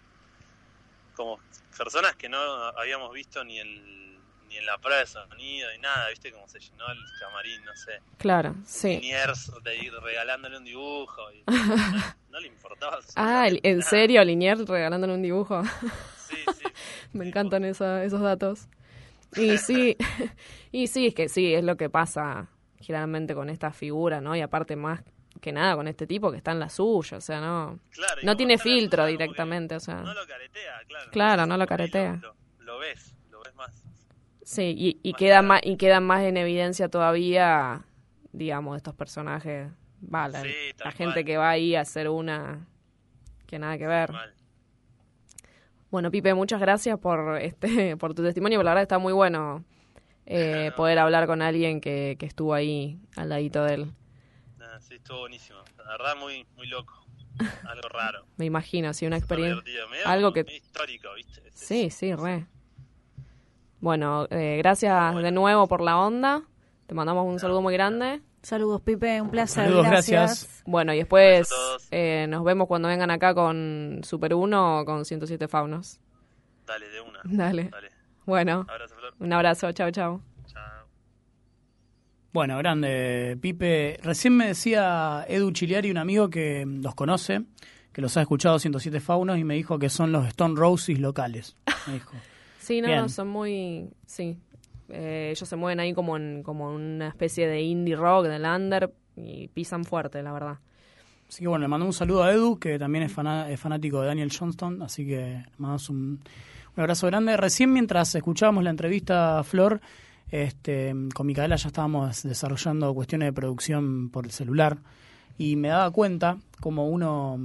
S7: Como personas que no habíamos visto ni en, ni en la prueba de sonido, ni nada, viste, como se llenó el camarín, no sé.
S1: claro,
S7: Sí.
S1: sí.
S7: Niers de ir regalándole un dibujo. y- no, no le importaba.
S1: Ah, el-
S7: absolutamente
S1: en
S7: nada.
S1: serio, Linier regalándole un dibujo.
S7: Sí, sí.
S1: Me
S7: Sí,
S1: encantan esa- esos datos. Y sí, y sí, es que sí, es lo que pasa generalmente con esta figura, ¿no? Y aparte más que nada con este tipo que está en la suya, o sea, no.
S7: Claro, y
S1: No
S7: como
S1: tiene
S7: está la
S1: filtro
S7: duda, como que
S1: directamente, o sea.
S7: No lo caretea, claro.
S1: Claro, no lo
S7: por ahí
S1: caretea.
S7: Lo, lo ves, lo ves más.
S1: Sí, y, y
S7: Más
S1: queda
S7: claro.
S1: más y queda más en evidencia todavía, digamos, estos personajes, va, la,
S7: Sí,
S1: la
S7: tal
S1: gente
S7: cual.
S1: que va ahí a hacer una que nada que ver.
S7: Mal.
S1: Bueno, Pipe, muchas gracias por este por tu testimonio, porque la verdad está muy bueno eh, poder hablar con alguien que, que estuvo ahí al ladito de él.
S7: Nada, sí, estuvo buenísimo. La verdad, muy, muy loco. Algo raro.
S1: Me imagino, sí, una
S7: súper
S1: experiencia.
S7: divertido, medio
S1: algo que-
S7: medio histórico, ¿viste? Es-
S1: Sí,
S7: es-
S1: sí, re. Bueno, eh, gracias de nuevo por la onda. Te mandamos un saludo muy grande.
S2: Saludos, Pipe, un placer.
S3: Saludos, gracias.
S1: Bueno, y después
S7: Beso a todos.
S1: eh, nos vemos cuando vengan acá con Super 1 o con 107 Faunos.
S7: Dale, de una.
S1: Dale.
S7: Dale.
S1: Bueno,
S7: Abrazo, Flor.
S1: un abrazo, chao, chao.
S7: Chao.
S3: Bueno, grande, Pipe. Recién me decía Edu Chiliari, un amigo que mm, los conoce, que los ha escuchado 107 Faunos, y me dijo que son los Stone Roses locales. Me dijo.
S1: Sí, no,
S3: Bien.
S1: no, son muy... Sí, Eh, ellos se mueven ahí como en como una especie de indie rock, de lander, y pisan fuerte, la verdad.
S3: Así que bueno, le mandamos un saludo a Edu, que también es, fana- es fanático de Daniel Johnston, así que le mandamos un, un abrazo grande. Recién mientras escuchábamos la entrevista a Flor, este, con Micaela ya estábamos desarrollando cuestiones de producción por el celular y me daba cuenta, como uno,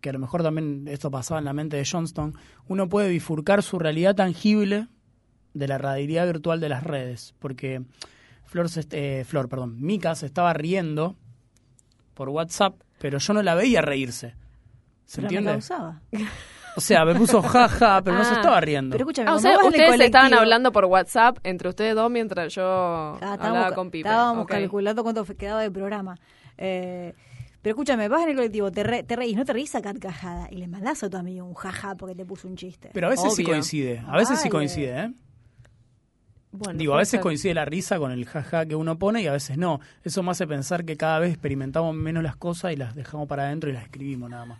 S3: que a lo mejor también esto pasaba en la mente de Johnston, uno puede bifurcar su realidad tangible de la realidad virtual de las redes, porque Flor, se est- eh, Flor perdón, Mica se estaba riendo por WhatsApp, pero yo no la veía reírse. ¿Se
S2: Pero me
S3: entiende?
S2: causaba.
S3: O sea, me puso jaja, pero no se
S1: Ah.
S3: estaba riendo.
S2: Pero escúchame,
S1: Ah, o
S2: cuando
S1: sea,
S2: vos vas en el
S1: ustedes estaban
S2: colectivo-
S1: hablando por WhatsApp entre ustedes dos mientras yo
S2: Ah,
S1: hablaba
S2: estábamos,
S1: con Pipe.
S2: estábamos
S1: Ok.
S2: calculando cuánto fe- quedaba de programa. Eh, pero escúchame, vas en el colectivo, te, re- te reís, no te reís a carcajada y le mandás a tu amigo un jaja porque te puso un chiste.
S3: Pero a veces sí
S1: Obvio.
S3: coincide, a veces sí
S2: Vale.
S3: coincide, ¿eh?
S1: Bueno,
S3: Digo, a
S1: puede
S3: veces
S1: ser.
S3: coincide la risa con el jaja que uno pone y a veces no. Eso me hace pensar que cada vez experimentamos menos las cosas y las dejamos para adentro y las escribimos nada más.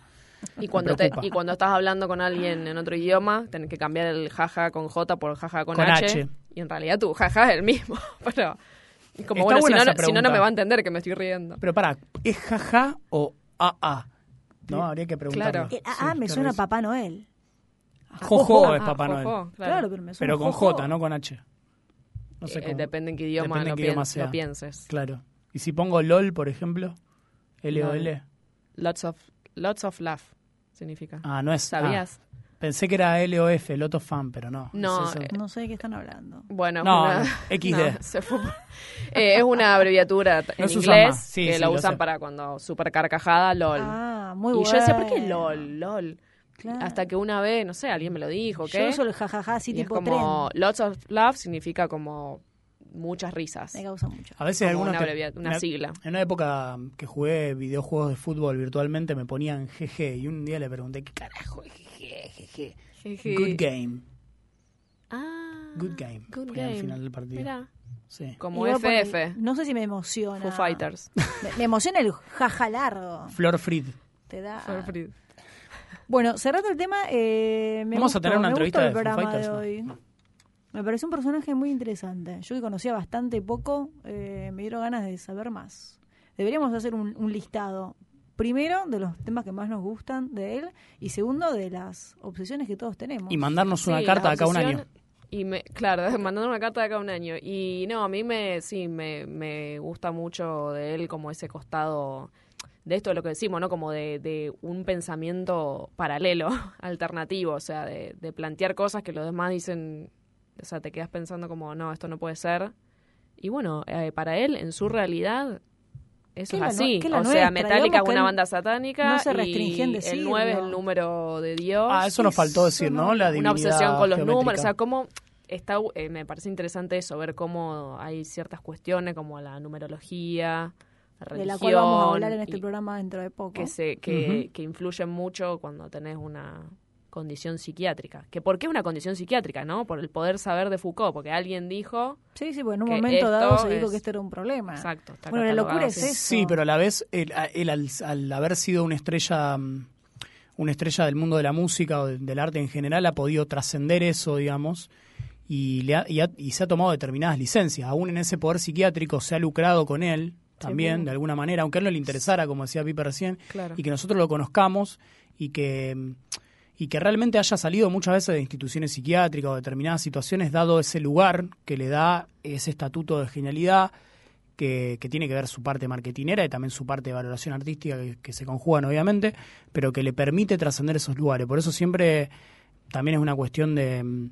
S1: Y cuando, te,
S3: preocupa.
S1: y cuando estás hablando con alguien en otro idioma, tenés que cambiar el jaja con J por jaja con,
S3: Con
S1: H,
S3: H.
S1: Y en realidad tu jaja es el mismo. Pero, es como
S3: Está
S1: bueno, si
S3: buena
S1: no,
S3: esa
S1: no- si no, no
S3: pregunta.
S1: me va a entender que me estoy riendo.
S3: Pero pará, ¿es jaja o AA? No, habría que preguntarlo.
S2: Eh, ah,
S1: Claro.
S2: El AA me suena a Papá Noel.
S3: Jojo es
S1: Ah,
S3: Papá Noel.
S1: Jojo,
S2: Claro,
S1: claro.
S2: pero me suena
S3: Pero con
S2: Jojo.
S3: J, no con H. No sé
S1: Eh,
S3: cómo.
S1: depende en qué idioma,
S3: Depende en
S1: lo,
S3: qué
S1: pien-
S3: idioma
S1: lo
S3: sea.
S1: pienses.
S3: Claro. Y si pongo LOL, por ejemplo, LOL.
S1: Lots of, lots of love significa.
S3: Ah, no es. ah,
S1: ¿Sabías?
S3: pensé que era LOF, Lot of Fan, pero no.
S1: No,
S3: es eso.
S1: eh,
S2: No sé de qué están hablando.
S1: Bueno, es
S3: No,
S1: una-
S3: no, XD.
S1: no, se fue por- Eh, es una abreviatura t-
S3: No
S1: en
S3: se usa
S1: inglés
S3: más. Sí,
S1: que
S3: sí,
S1: la
S3: lo
S1: usan
S3: sé.
S1: para cuando super carcajada, LOL.
S2: Ah, muy
S1: y
S2: bueno.
S1: yo decía, ¿por qué LOL? LOL.
S2: Claro.
S1: Hasta que una vez, no sé, alguien me lo dijo,
S2: Yo
S1: ¿qué?
S2: uso el jajaja así
S1: Y es
S2: tipo
S1: como,
S2: tren.
S1: lots of love significa como muchas risas.
S2: Me causa mucho.
S3: A veces
S1: Como
S3: algunos
S1: una
S3: te-
S1: abrevia- una
S3: me-
S1: sigla.
S3: En una época que jugué videojuegos de fútbol virtualmente me ponían GG y un día le pregunté, ¿qué carajo es GG? GG. Good game.
S1: Ah,
S3: Good game.
S1: Good
S3: Ponían al
S1: game.
S3: final del partido.
S1: Mirá.
S3: Sí.
S1: Como
S2: Igual por el-
S1: FF,
S2: no sé si me emociona.
S1: Foo Fighters.
S2: Me, me emociona el jaja largo.
S3: Flor Fried.
S2: Te da. Bueno, cerrando el tema, eh, me
S3: Vamos a
S2: gustó,
S3: tener una
S2: me
S3: entrevista
S2: gustó el
S3: de Foo
S2: programa de
S3: Fighters,
S2: hoy. Me pareció un personaje muy interesante. Yo que conocía bastante poco, eh, me dieron ganas de saber más. Deberíamos hacer un, un listado. Primero, de los temas que más nos gustan de él. Y segundo, de las obsesiones que todos tenemos.
S3: Y mandarnos una
S1: Sí,
S3: carta
S1: la
S3: acá un
S1: obsesión
S3: año.
S1: Y me, claro, mandando una carta de acá un año. Y no, a mí me, sí, me, me gusta mucho de él como ese costado de esto de lo que decimos, ¿no? Como de, de un pensamiento paralelo, alternativo, o sea, de, de plantear cosas que los demás dicen, o sea, te quedas pensando como, no, esto no puede ser. Y bueno, eh, para él, en su realidad, eso
S2: Que
S1: es
S2: la no-
S1: así.
S2: que la
S1: O sea,
S2: nuestra,
S1: Metallica es
S2: digamos que
S1: una
S2: él
S1: banda satánica
S2: no se
S1: y
S2: restringía en
S1: el 9 es el
S2: decirlo.
S1: número de Dios
S3: Ah, eso nos faltó decir, ¿no? La
S1: una
S3: divinidad
S1: obsesión con los
S3: geométrica.
S1: números, o sea, cómo está, eh, me parece interesante eso, ver cómo hay ciertas cuestiones como la numerología, la religión,
S2: de la cual vamos a hablar en este
S1: y
S2: programa dentro de poco.
S1: que se que, que influyen mucho cuando tenés una condición psiquiátrica. Que por qué una condición psiquiátrica, ¿no? Por el poder saber de Foucault, porque alguien dijo,
S2: Sí, sí, porque en un
S1: que
S2: momento dado
S1: esto
S2: se dijo
S1: es-
S2: que esto era un problema.
S1: Exacto, está
S2: Bueno, la
S1: catalogado
S2: locura es
S1: así.
S2: eso.
S3: Sí, pero a la vez, él, a- él al, al haber sido una estrella mm, una estrella del mundo de la música o de- del arte en general, ha podido trascender eso, digamos, y, le ha- y ha- y se ha tomado determinadas licencias. Aún en ese poder psiquiátrico se ha lucrado con él también, de alguna manera, aunque a él no le interesara, como decía Pipe recién,
S1: Claro.
S3: y que nosotros lo conozcamos y que... mm, y que realmente haya salido muchas veces de instituciones psiquiátricas o determinadas situaciones, dado ese lugar que le da ese estatuto de genialidad, que, que tiene que ver su parte marketinera y también su parte de valoración artística, que, que se conjugan obviamente, pero que le permite trascender esos lugares. Por eso siempre también es una cuestión de, mm,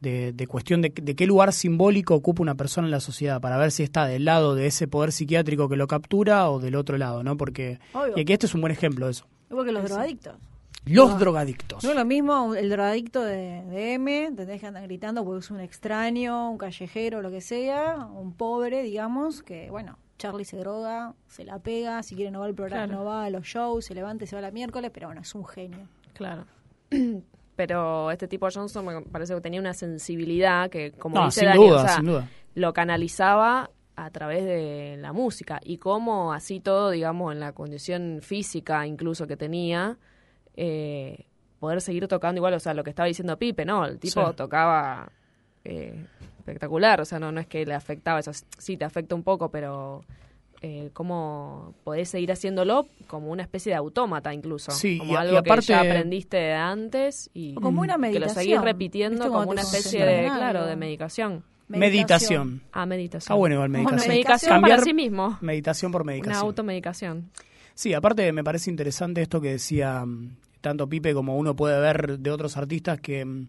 S3: de, de cuestión de, de qué lugar simbólico ocupa una persona en la sociedad, para ver si está del lado de ese poder psiquiátrico que lo captura o del otro lado, ¿no? Porque...
S2: Obvio.
S3: Y aquí este es un buen ejemplo de eso.
S2: Igual que los drogadictos.
S3: Los drogadictos.
S2: No es lo mismo el drogadicto de, de M, te que andar gritando porque es un extraño, un callejero, lo que sea, un pobre, digamos, que bueno, Charlie se droga, se la pega, si quiere no va al programa, no va a los shows, se levanta y se va la miércoles, pero bueno, es un genio.
S1: Claro. Pero este tipo Johnson me parece que tenía una sensibilidad que, como
S3: No,
S1: dice
S3: sin
S1: Dani, o
S3: duda,
S1: sea,
S3: sin duda.
S1: lo canalizaba a través de la música. Y como así todo, digamos, en la condición física incluso que tenía, eh, poder seguir tocando igual, o sea, lo que estaba diciendo Pipe, ¿no? El tipo
S3: Sí.
S1: tocaba eh, espectacular, o sea, no, no es que le afectaba eso, sí te afecta un poco, pero... eh, cómo podés seguir haciéndolo como una especie de autómata incluso
S3: Sí,
S1: como
S3: y a- y
S1: algo que
S3: aparte-
S1: ya aprendiste de antes y
S2: O como una
S1: que lo
S2: meditación.
S1: seguís repitiendo
S2: ¿Viste?
S1: como
S2: Cuando
S1: una
S2: te
S1: especie
S2: concentras
S1: de,
S2: en
S1: claro,
S2: algo.
S1: de medicación.
S3: Meditación.
S1: Ah, meditación.
S3: Está bueno igual medicación.
S2: Bueno,
S1: medicación
S3: Cambiar
S1: para sí mismo.
S3: Meditación por
S1: Una
S3: medicación.
S1: automedicación.
S3: Sí, aparte me parece interesante esto que decía mm, tanto Pipe como uno puede ver de otros artistas que mm,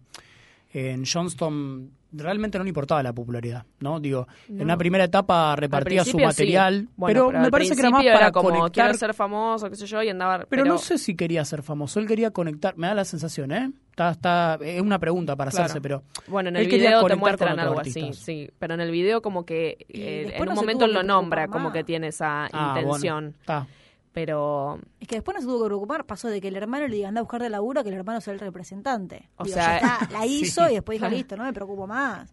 S3: en Johnston realmente no le importaba la popularidad, ¿no? Digo, en una primera etapa
S1: Al
S3: repartía su
S1: principio sí.
S3: material,
S1: Bueno,
S3: pero,
S1: al
S3: me parece que era más
S1: principio
S3: para
S1: como,
S3: conectar.
S1: quiero ser famoso, qué sé yo, y andaba...
S3: Pero, no sé si quería ser famoso, él quería conectar, me da la sensación, ¿eh? Está, está, es una pregunta para
S1: Claro.
S3: hacerse, pero
S1: Bueno, en
S3: él
S1: el
S3: quería
S1: video te
S3: conectar con
S1: muestran
S3: otros
S1: algo así,
S3: artistas.
S1: sí. Pero en el video como que
S2: Y
S1: eh,
S2: después
S1: en
S2: no
S1: un
S2: se
S1: momento
S2: tuvo
S1: lo
S2: que
S1: nombra,
S2: preocupar
S1: como que
S2: más.
S1: tiene esa
S3: Ah, bueno,
S1: intención.
S3: está.
S1: Pero,
S2: Es que después no se tuvo que preocupar, pasó de que el hermano le diga anda a buscar de laburo, a que el hermano sea el representante.
S1: O
S2: Digo,
S1: sea-
S2: ya está, la hizo
S3: Sí.
S2: y después dijo, listo, no me preocupo más.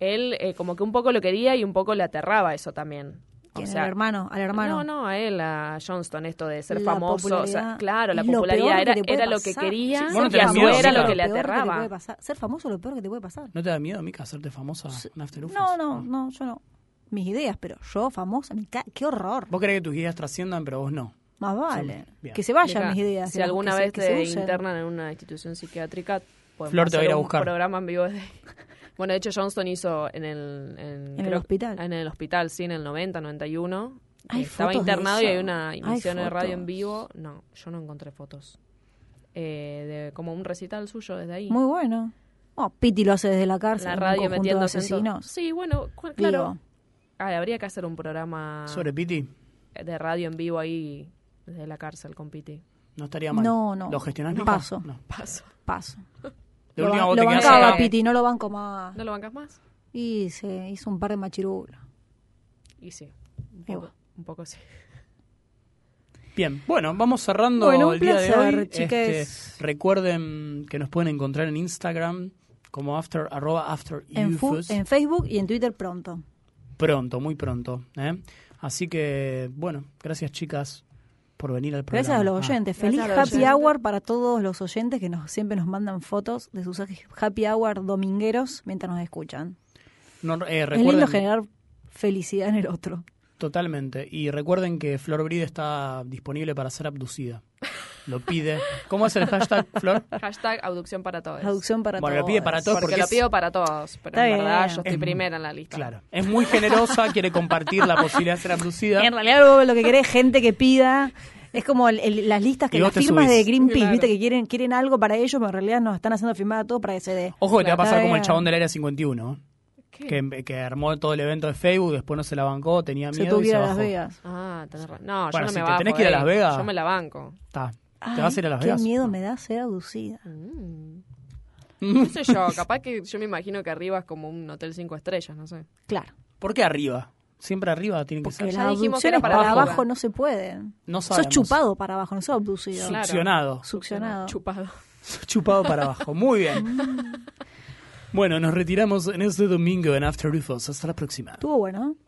S1: él eh, como que un poco lo quería y un poco le aterraba eso también. O
S2: ¿Quién?
S1: sea,
S2: al hermano, al hermano.
S1: No, no, a él, a Johnston, esto de ser
S2: La
S1: famoso. o sea,
S2: popularidad
S1: claro, la
S2: es lo
S1: popularidad
S2: peor que
S1: era,
S2: te puede
S1: era lo que
S2: pasar.
S1: quería
S3: Sí, bueno,
S1: y
S3: te
S1: a
S3: da
S1: su
S3: miedo,
S1: era
S3: sí,
S1: lo
S3: claro.
S1: que le
S2: Lo peor te
S1: aterraba.
S2: puede pasar. Ser famoso es lo peor que te puede pasar.
S3: ¿No te da miedo, Mica, hacerte famosa en After Effects?
S2: No, no, no, yo no. Mis ideas, pero yo, famosa, mi ca- qué horror.
S3: Vos querés que tus guías trasciendan, pero vos no.
S2: Más vale.
S3: bien.
S2: Que se vayan
S1: Mira,
S2: mis ideas.
S1: Si
S2: digamos,
S1: alguna
S2: que se-
S1: vez
S2: que se
S1: te
S2: usen.
S1: internan en una institución psiquiátrica, podemos
S3: Flor te va a
S1: hacer
S3: ir a
S1: un
S3: buscar.
S1: programa en vivo desde- Bueno, de hecho Johnston hizo en el... En,
S2: el hospital.
S1: En el hospital, sí, en el 90, 91.
S2: Hay
S1: Estaba
S2: fotos de
S1: internado y
S2: eso.
S1: hay una
S2: Hay
S1: emisión de radio
S2: fotos.
S1: en vivo. No, yo no encontré fotos. Eh, de, como un recital suyo desde ahí.
S2: Muy bueno. Bueno, Pitti lo hace desde la cárcel.
S1: la
S2: en un
S1: radio
S2: conjunto de
S1: metiéndose en todo.
S2: asesinos.
S1: Sí, bueno, cu-
S2: Digo,
S1: claro. Ay, habría que hacer un programa
S3: Sobre Piti,
S1: de radio en vivo ahí desde la cárcel con Piti.
S3: no estaría mal.
S2: No, no.
S3: ¿Lo gestionás? Mica?
S2: Paso.
S3: No.
S1: Paso.
S2: paso.
S3: De
S2: lo
S3: última
S2: ban-
S3: vos
S2: lo
S3: te quedás
S2: bancaba
S3: acá.
S1: Piti.
S2: Pitti, no lo banco más.
S1: ¿No lo bancas más?
S2: Y se hizo un par de machirulos.
S1: Y sí. Un
S2: Ahí
S1: poco,
S2: va.
S1: un poco sí.
S3: Bien, bueno, vamos cerrando
S2: Bueno, un
S3: el día
S2: placer,
S3: de hoy. Este,
S2: chiques.
S3: recuerden que nos pueden encontrar en Instagram como after, arroba after
S2: En, fu-
S3: Ufos.
S2: en Facebook y en Twitter pronto.
S3: pronto, muy pronto. ¿eh? Así que, bueno, gracias chicas por venir al programa.
S2: Gracias a los
S3: Ah,
S2: oyentes.
S1: Gracias
S2: Feliz
S1: a los
S2: happy
S1: oyentes.
S2: hour para todos los oyentes que nos siempre nos mandan fotos de sus happy hour domingueros mientras nos escuchan.
S3: no, eh,
S2: Es
S3: recuerden,
S2: lindo generar felicidad en el otro.
S3: Totalmente. Y recuerden que Flor Bride está disponible para ser abducida. Lo pide. ¿Cómo es el hashtag, Flor?
S1: Hashtag abducción para todos.
S2: Traducción para
S3: Bueno, lo
S2: todos.
S3: pide para todos
S1: porque,
S3: porque
S1: lo
S3: es-
S1: pido para todos, pero
S2: Está
S1: en verdad
S2: bien.
S1: yo estoy
S3: Es-
S1: primera en la lista.
S3: Claro. Es muy generosa, quiere compartir la posibilidad de ser abducida.
S2: En realidad vos lo que querés es gente que pida. Es como el- el- las listas
S3: Y
S2: que
S3: vos
S2: las
S3: te
S2: firmas
S3: subís.
S2: de Greenpeace,
S1: Claro.
S2: viste que quieren quieren algo para ellos, pero en realidad nos están haciendo firmar a todos para que se dé.
S3: Ojo que te va a pasar
S2: Está
S3: como el
S2: bien.
S3: chabón del área 51,
S1: ¿Qué?
S3: que, que armó todo el evento de Facebook, después no se la bancó, tenía
S2: Se
S3: miedo
S2: tuvo que
S3: y
S2: ir
S3: se
S2: a
S3: bajó.
S2: Las Vegas.
S1: Ah, tenés razón. No,
S3: Bueno,
S1: yo no
S3: si
S1: me
S3: te
S1: bajo.
S3: tenés que ir a
S1: de
S3: Las
S1: ahí.
S3: Vegas-
S1: Yo me la banco.
S3: Está.
S2: Ay,
S3: ¿Te vas a ir a Las Vegas?
S2: Qué miedo me da ser abducida.
S1: No sé yo, capaz que yo me imagino que arriba es como un hotel cinco estrellas, no sé.
S2: Claro.
S3: ¿Por qué arriba? Siempre arriba tiene que
S2: Porque
S3: ser
S1: la-
S2: las
S1: Ya dijimos que
S2: abducciones
S1: era
S2: para
S1: para
S3: abajo.
S2: abajo no se pueden.
S3: No
S2: sos
S3: sabemos.
S2: chupado para abajo, no sos abducido.
S1: Claro.
S3: succionado,
S2: Succionado.
S1: Chupado.
S3: chupado para abajo. Muy bien. Bueno, nos retiramos en este domingo en After Ufos. Hasta la próxima.
S2: Estuvo bueno.